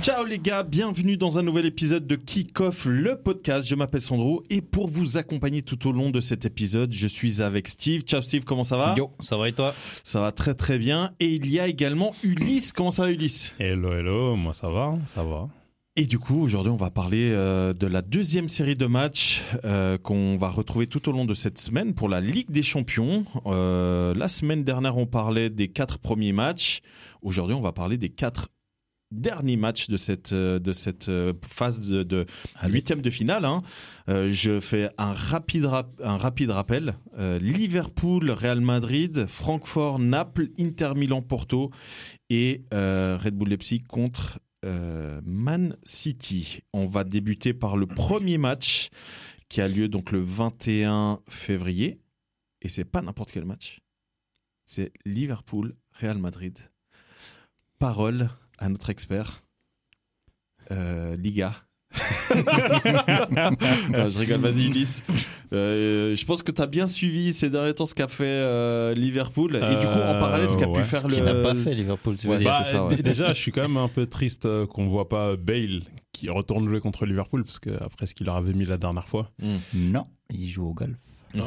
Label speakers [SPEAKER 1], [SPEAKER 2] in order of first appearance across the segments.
[SPEAKER 1] Ciao les gars, bienvenue dans un nouvel épisode de Kick Off, le podcast. Je m'appelle Sandro et pour vous accompagner tout au long de cet épisode, je suis avec Steve. Ciao Steve, comment ça va
[SPEAKER 2] Yo, ça va et toi
[SPEAKER 1] Ça va très très bien. Et il y a également Ulysse. Comment ça va Ulysse
[SPEAKER 3] Hello, hello, moi ça va, ça va.
[SPEAKER 1] Et du coup, aujourd'hui, on va parler euh, de la deuxième série de matchs euh, qu'on va retrouver tout au long de cette semaine pour la Ligue des Champions. Euh, la semaine dernière, on parlait des quatre premiers matchs. Aujourd'hui, on va parler des quatre derniers matchs de cette, euh, de cette euh, phase de, de
[SPEAKER 2] Allez.
[SPEAKER 1] huitième de finale. hein. Euh, je fais un rapide, rap- un rapide rappel. Euh, Liverpool, Real Madrid, Francfort, Naples, Inter Milan, Porto et euh, Red Bull Leipzig contre euh, Man City. On va débuter par le premier match qui a lieu donc le 21 février. Et c'est pas n'importe quel match. C'est Liverpool, Real Madrid. Parole à notre expert. Euh, Liga. Non, je rigole, vas-y Ulysse. Euh, je pense que tu as bien suivi ces derniers temps ce qu'a fait euh, Liverpool. Et du coup, en
[SPEAKER 3] Euh,
[SPEAKER 1] parallèle, ce qu'a pu
[SPEAKER 3] ouais.
[SPEAKER 1] faire
[SPEAKER 2] Qui
[SPEAKER 1] le.
[SPEAKER 2] n'a pas fait Liverpool, tu veux
[SPEAKER 1] Ouais,
[SPEAKER 2] dire
[SPEAKER 3] Bah,
[SPEAKER 1] c'est ça,
[SPEAKER 3] d-
[SPEAKER 1] ouais.
[SPEAKER 3] Déjà, je suis quand même un peu triste euh, qu'on voit pas Bale qui retourne jouer contre Liverpool parce que après ce qu'il leur avait mis la dernière fois.
[SPEAKER 2] Non, il joue au golf.
[SPEAKER 3] Ouais, ouais.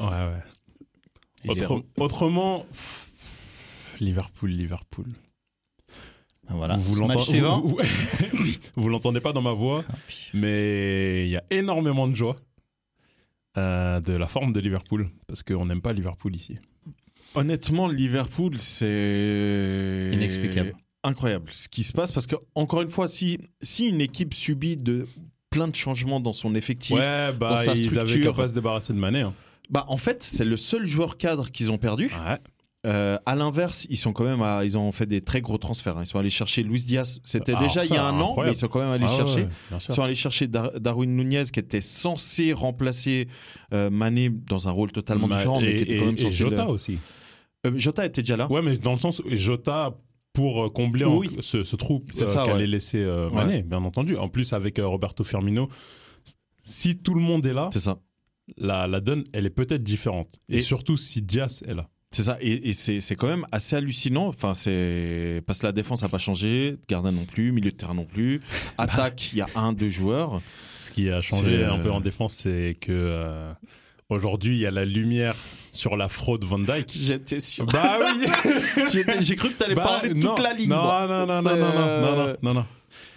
[SPEAKER 1] Il
[SPEAKER 3] Autre-
[SPEAKER 1] s'est-
[SPEAKER 3] autrement, pff, Liverpool, Liverpool.
[SPEAKER 2] Ah, Voilà.
[SPEAKER 3] Vous
[SPEAKER 2] Match
[SPEAKER 3] l'entendez-
[SPEAKER 2] suivant
[SPEAKER 3] vous- vous- vous l'entendez pas dans ma voix, mais il y a énormément de joie euh, de la forme de Liverpool parce qu'on n'aime pas Liverpool ici.
[SPEAKER 1] Honnêtement, Liverpool, c'est.
[SPEAKER 2] Inexplicable.
[SPEAKER 1] Incroyable ce qui se passe parce que, encore une fois, si, si une équipe subit de plein de changements dans son effectif,
[SPEAKER 3] Ouais, bah
[SPEAKER 1] sa
[SPEAKER 3] ils avaient
[SPEAKER 1] structure.
[SPEAKER 3] qu'à pas se débarrasser de Mané. hein.
[SPEAKER 1] bah en fait, c'est le seul joueur cadre qu'ils ont perdu.
[SPEAKER 3] Ouais.
[SPEAKER 1] Euh, à l'inverse, ils sont quand même à- ils ont fait des très gros transferts. hein. Ils sont allés chercher Luis Diaz, c'était
[SPEAKER 3] Ah,
[SPEAKER 1] déjà il y a
[SPEAKER 3] ça,
[SPEAKER 1] un an,
[SPEAKER 3] incroyable.
[SPEAKER 1] mais ils sont quand même allés
[SPEAKER 3] Ah ouais,
[SPEAKER 1] chercher.
[SPEAKER 3] ouais, bien sûr.
[SPEAKER 1] Ils sont allés chercher Dar- Darwin Nunez qui était censé remplacer euh, Mané dans un rôle totalement
[SPEAKER 3] Bah,
[SPEAKER 1] différent, mais qui était quand même censé. le-
[SPEAKER 3] Jota aussi.
[SPEAKER 1] Euh, Jota était déjà là.
[SPEAKER 3] Ouais, mais dans le sens où Jota pour euh, combler en-
[SPEAKER 1] Oui.
[SPEAKER 3] ce, ce trou
[SPEAKER 1] C'est
[SPEAKER 3] euh,
[SPEAKER 1] ça,
[SPEAKER 3] qu'allait
[SPEAKER 1] ouais.
[SPEAKER 3] laisser euh,
[SPEAKER 1] Ouais.
[SPEAKER 3] Mané, bien entendu. En plus, avec euh, Roberto Firmino, si tout le monde est là,
[SPEAKER 1] C'est ça.
[SPEAKER 3] la, la donne, elle est peut-être différente. Et,
[SPEAKER 1] Et-
[SPEAKER 3] surtout si Diaz est là.
[SPEAKER 1] C'est ça, et, et c'est c'est quand même assez hallucinant. Enfin, c'est parce que la défense n'a pas changé, gardien non plus, milieu de terrain non plus,
[SPEAKER 3] Bah.
[SPEAKER 1] attaque il y a un deux joueurs.
[SPEAKER 3] Ce qui a
[SPEAKER 1] C'est,
[SPEAKER 3] changé
[SPEAKER 1] euh,
[SPEAKER 3] un peu en défense, c'est que euh, aujourd'hui, il y a la lumière sur la fraude Van Dyke.
[SPEAKER 1] J'étais sûr.
[SPEAKER 3] Bah oui
[SPEAKER 1] J'étais- J'ai cru que t'allais
[SPEAKER 3] Bah,
[SPEAKER 1] parler de toute
[SPEAKER 3] non,
[SPEAKER 1] la ligne.
[SPEAKER 3] Non,
[SPEAKER 1] moi.
[SPEAKER 3] non, non,
[SPEAKER 1] C'est,
[SPEAKER 3] non, non, non, non,
[SPEAKER 1] euh,
[SPEAKER 3] non, non, non.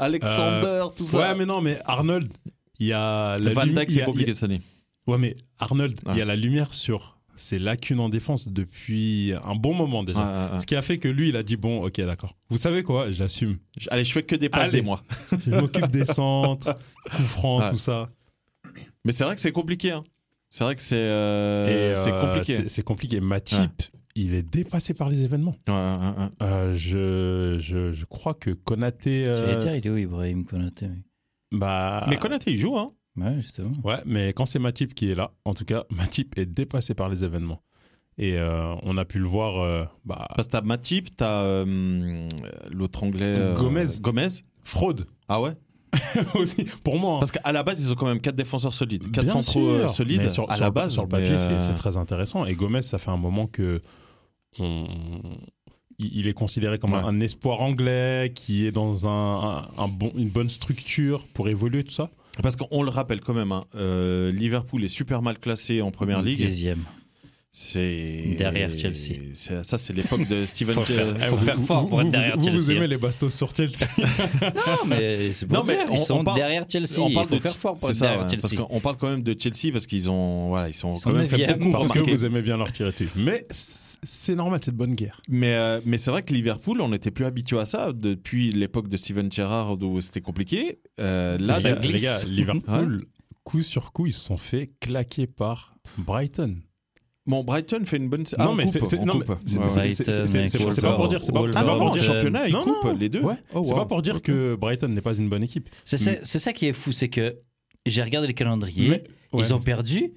[SPEAKER 1] Alexander, tout ça.
[SPEAKER 3] Ouais, mais non, mais Arnold, il y a la
[SPEAKER 1] Van
[SPEAKER 3] lumi-
[SPEAKER 1] Dijk,
[SPEAKER 3] il y
[SPEAKER 1] c'est
[SPEAKER 3] a-
[SPEAKER 1] compliqué cette année.
[SPEAKER 3] Ouais, mais Arnold, il
[SPEAKER 1] Ouais.
[SPEAKER 3] y a la lumière sur ses lacunes en défense depuis un bon moment déjà.
[SPEAKER 1] Ouais, ouais, ouais.
[SPEAKER 3] Ce qui a fait que lui, il a dit bon, ok, d'accord. Vous savez quoi J'assume.
[SPEAKER 1] Je- Allez, je fais que des passes
[SPEAKER 3] Allez.
[SPEAKER 1] des mois.
[SPEAKER 3] Je m'occupe des centres, coups francs,
[SPEAKER 1] Ouais.
[SPEAKER 3] tout ça.
[SPEAKER 1] Mais c'est vrai que c'est compliqué. hein. C'est vrai que c'est euh,
[SPEAKER 3] Et,
[SPEAKER 1] c'est
[SPEAKER 3] euh,
[SPEAKER 1] compliqué.
[SPEAKER 3] C'est, c'est compliqué. Matip, il est dépassé par les événements.
[SPEAKER 1] Ouais, ouais, ouais.
[SPEAKER 3] Euh, je, je, je crois que Konaté. euh,
[SPEAKER 2] Tu vas dire, il est où Ibrahim Konaté oui.
[SPEAKER 3] bah,
[SPEAKER 1] Mais Konaté, il joue. Hein.
[SPEAKER 2] Ouais, justement.
[SPEAKER 3] Ouais, mais quand c'est Matip qui est là, en tout cas, Matip est dépassé par les événements. Et euh, on a pu le voir. euh, bah,
[SPEAKER 1] Parce que t'as Matip, t'as euh, l'autre anglais. euh,
[SPEAKER 3] Gomez.
[SPEAKER 1] Gomez.
[SPEAKER 3] fraude
[SPEAKER 1] Ah ouais
[SPEAKER 3] aussi. Pour moi, hein.
[SPEAKER 1] Parce qu'à la base, ils ont quand même 4 défenseurs solides. 4
[SPEAKER 3] Bien
[SPEAKER 1] centraux euh,
[SPEAKER 3] sûr.
[SPEAKER 1] solides.
[SPEAKER 3] Mais sur,
[SPEAKER 1] à
[SPEAKER 3] sur-
[SPEAKER 1] la base,
[SPEAKER 3] sur le papier,
[SPEAKER 1] mais,
[SPEAKER 3] c'est-
[SPEAKER 1] euh,
[SPEAKER 3] c'est très intéressant. Et Gomez, ça fait un moment que on- il il est considéré comme
[SPEAKER 1] Ouais.
[SPEAKER 3] un, un espoir anglais qui est dans un, un- un bon, une bonne structure pour évoluer tout ça.
[SPEAKER 1] Parce qu'on le rappelle quand même, hein, euh, Liverpool est super mal classé en première ligue.
[SPEAKER 2] Dixième.
[SPEAKER 1] C'est.
[SPEAKER 2] Derrière Chelsea.
[SPEAKER 1] c'est- Ça, c'est l'époque de Steven.
[SPEAKER 2] Faut faire-
[SPEAKER 1] euh,
[SPEAKER 2] faut
[SPEAKER 1] faut-
[SPEAKER 2] faire fort pour être
[SPEAKER 3] vous,
[SPEAKER 2] derrière
[SPEAKER 3] vous- vous
[SPEAKER 2] Chelsea.
[SPEAKER 1] hein.
[SPEAKER 3] aimez les bastos sur Chelsea
[SPEAKER 2] Non, mais c'est pour
[SPEAKER 1] Non, mais
[SPEAKER 2] dire,
[SPEAKER 1] on-
[SPEAKER 2] ils sont
[SPEAKER 1] on parle-
[SPEAKER 2] derrière Chelsea.
[SPEAKER 1] on parle
[SPEAKER 2] il faut
[SPEAKER 1] de-
[SPEAKER 2] faire fort pour
[SPEAKER 1] c'est
[SPEAKER 2] être
[SPEAKER 1] ça,
[SPEAKER 2] derrière
[SPEAKER 1] ouais,
[SPEAKER 2] Chelsea.
[SPEAKER 1] Parce qu'on parle quand même de Chelsea parce qu'ils ont, voilà, ils sont.
[SPEAKER 2] Ils sont
[SPEAKER 1] quand même
[SPEAKER 2] neuvième.
[SPEAKER 1] fait beaucoup
[SPEAKER 3] parce que
[SPEAKER 1] remarquer.
[SPEAKER 3] vous aimez bien leur tirer dessus. Mais c'est c'est normal, c'est de bonne guerre.
[SPEAKER 1] Mais, euh, mais c'est vrai que Liverpool, on n'était plus habitué à ça depuis l'époque de Steven Gerrard où c'était compliqué. Euh, là,
[SPEAKER 2] Mais ça
[SPEAKER 3] les,
[SPEAKER 1] de-
[SPEAKER 2] glisse.
[SPEAKER 3] gars, Liverpool, coup sur coup, ils se sont fait claquer par Brighton.
[SPEAKER 1] bon, Brighton fait une bonne. sa- Ah,
[SPEAKER 3] Non,
[SPEAKER 1] on
[SPEAKER 3] mais c'est-
[SPEAKER 1] coupe,
[SPEAKER 3] c'est-
[SPEAKER 1] on
[SPEAKER 3] non, mais
[SPEAKER 1] coupe.
[SPEAKER 3] c'est-
[SPEAKER 1] Ouais,
[SPEAKER 3] c'est-
[SPEAKER 1] ouais.
[SPEAKER 3] c'est- c'est- c'est- c'est- c'est pas pour dire, c'est pas-
[SPEAKER 1] Ah,
[SPEAKER 3] c'est
[SPEAKER 1] bah,
[SPEAKER 3] pas
[SPEAKER 1] bon,
[SPEAKER 3] pour
[SPEAKER 1] le
[SPEAKER 3] dire.
[SPEAKER 1] championnat, ils
[SPEAKER 3] Non,
[SPEAKER 1] coupent
[SPEAKER 3] non.
[SPEAKER 1] les deux.
[SPEAKER 3] Ouais.
[SPEAKER 1] Oh,
[SPEAKER 3] C'est
[SPEAKER 1] wow.
[SPEAKER 3] pas pour dire que Brighton n'est pas une bonne équipe.
[SPEAKER 2] C'est ça, c'est ça qui est fou, c'est que j'ai regardé le calendrier,
[SPEAKER 3] Mais- ouais.
[SPEAKER 2] ils ont perdu,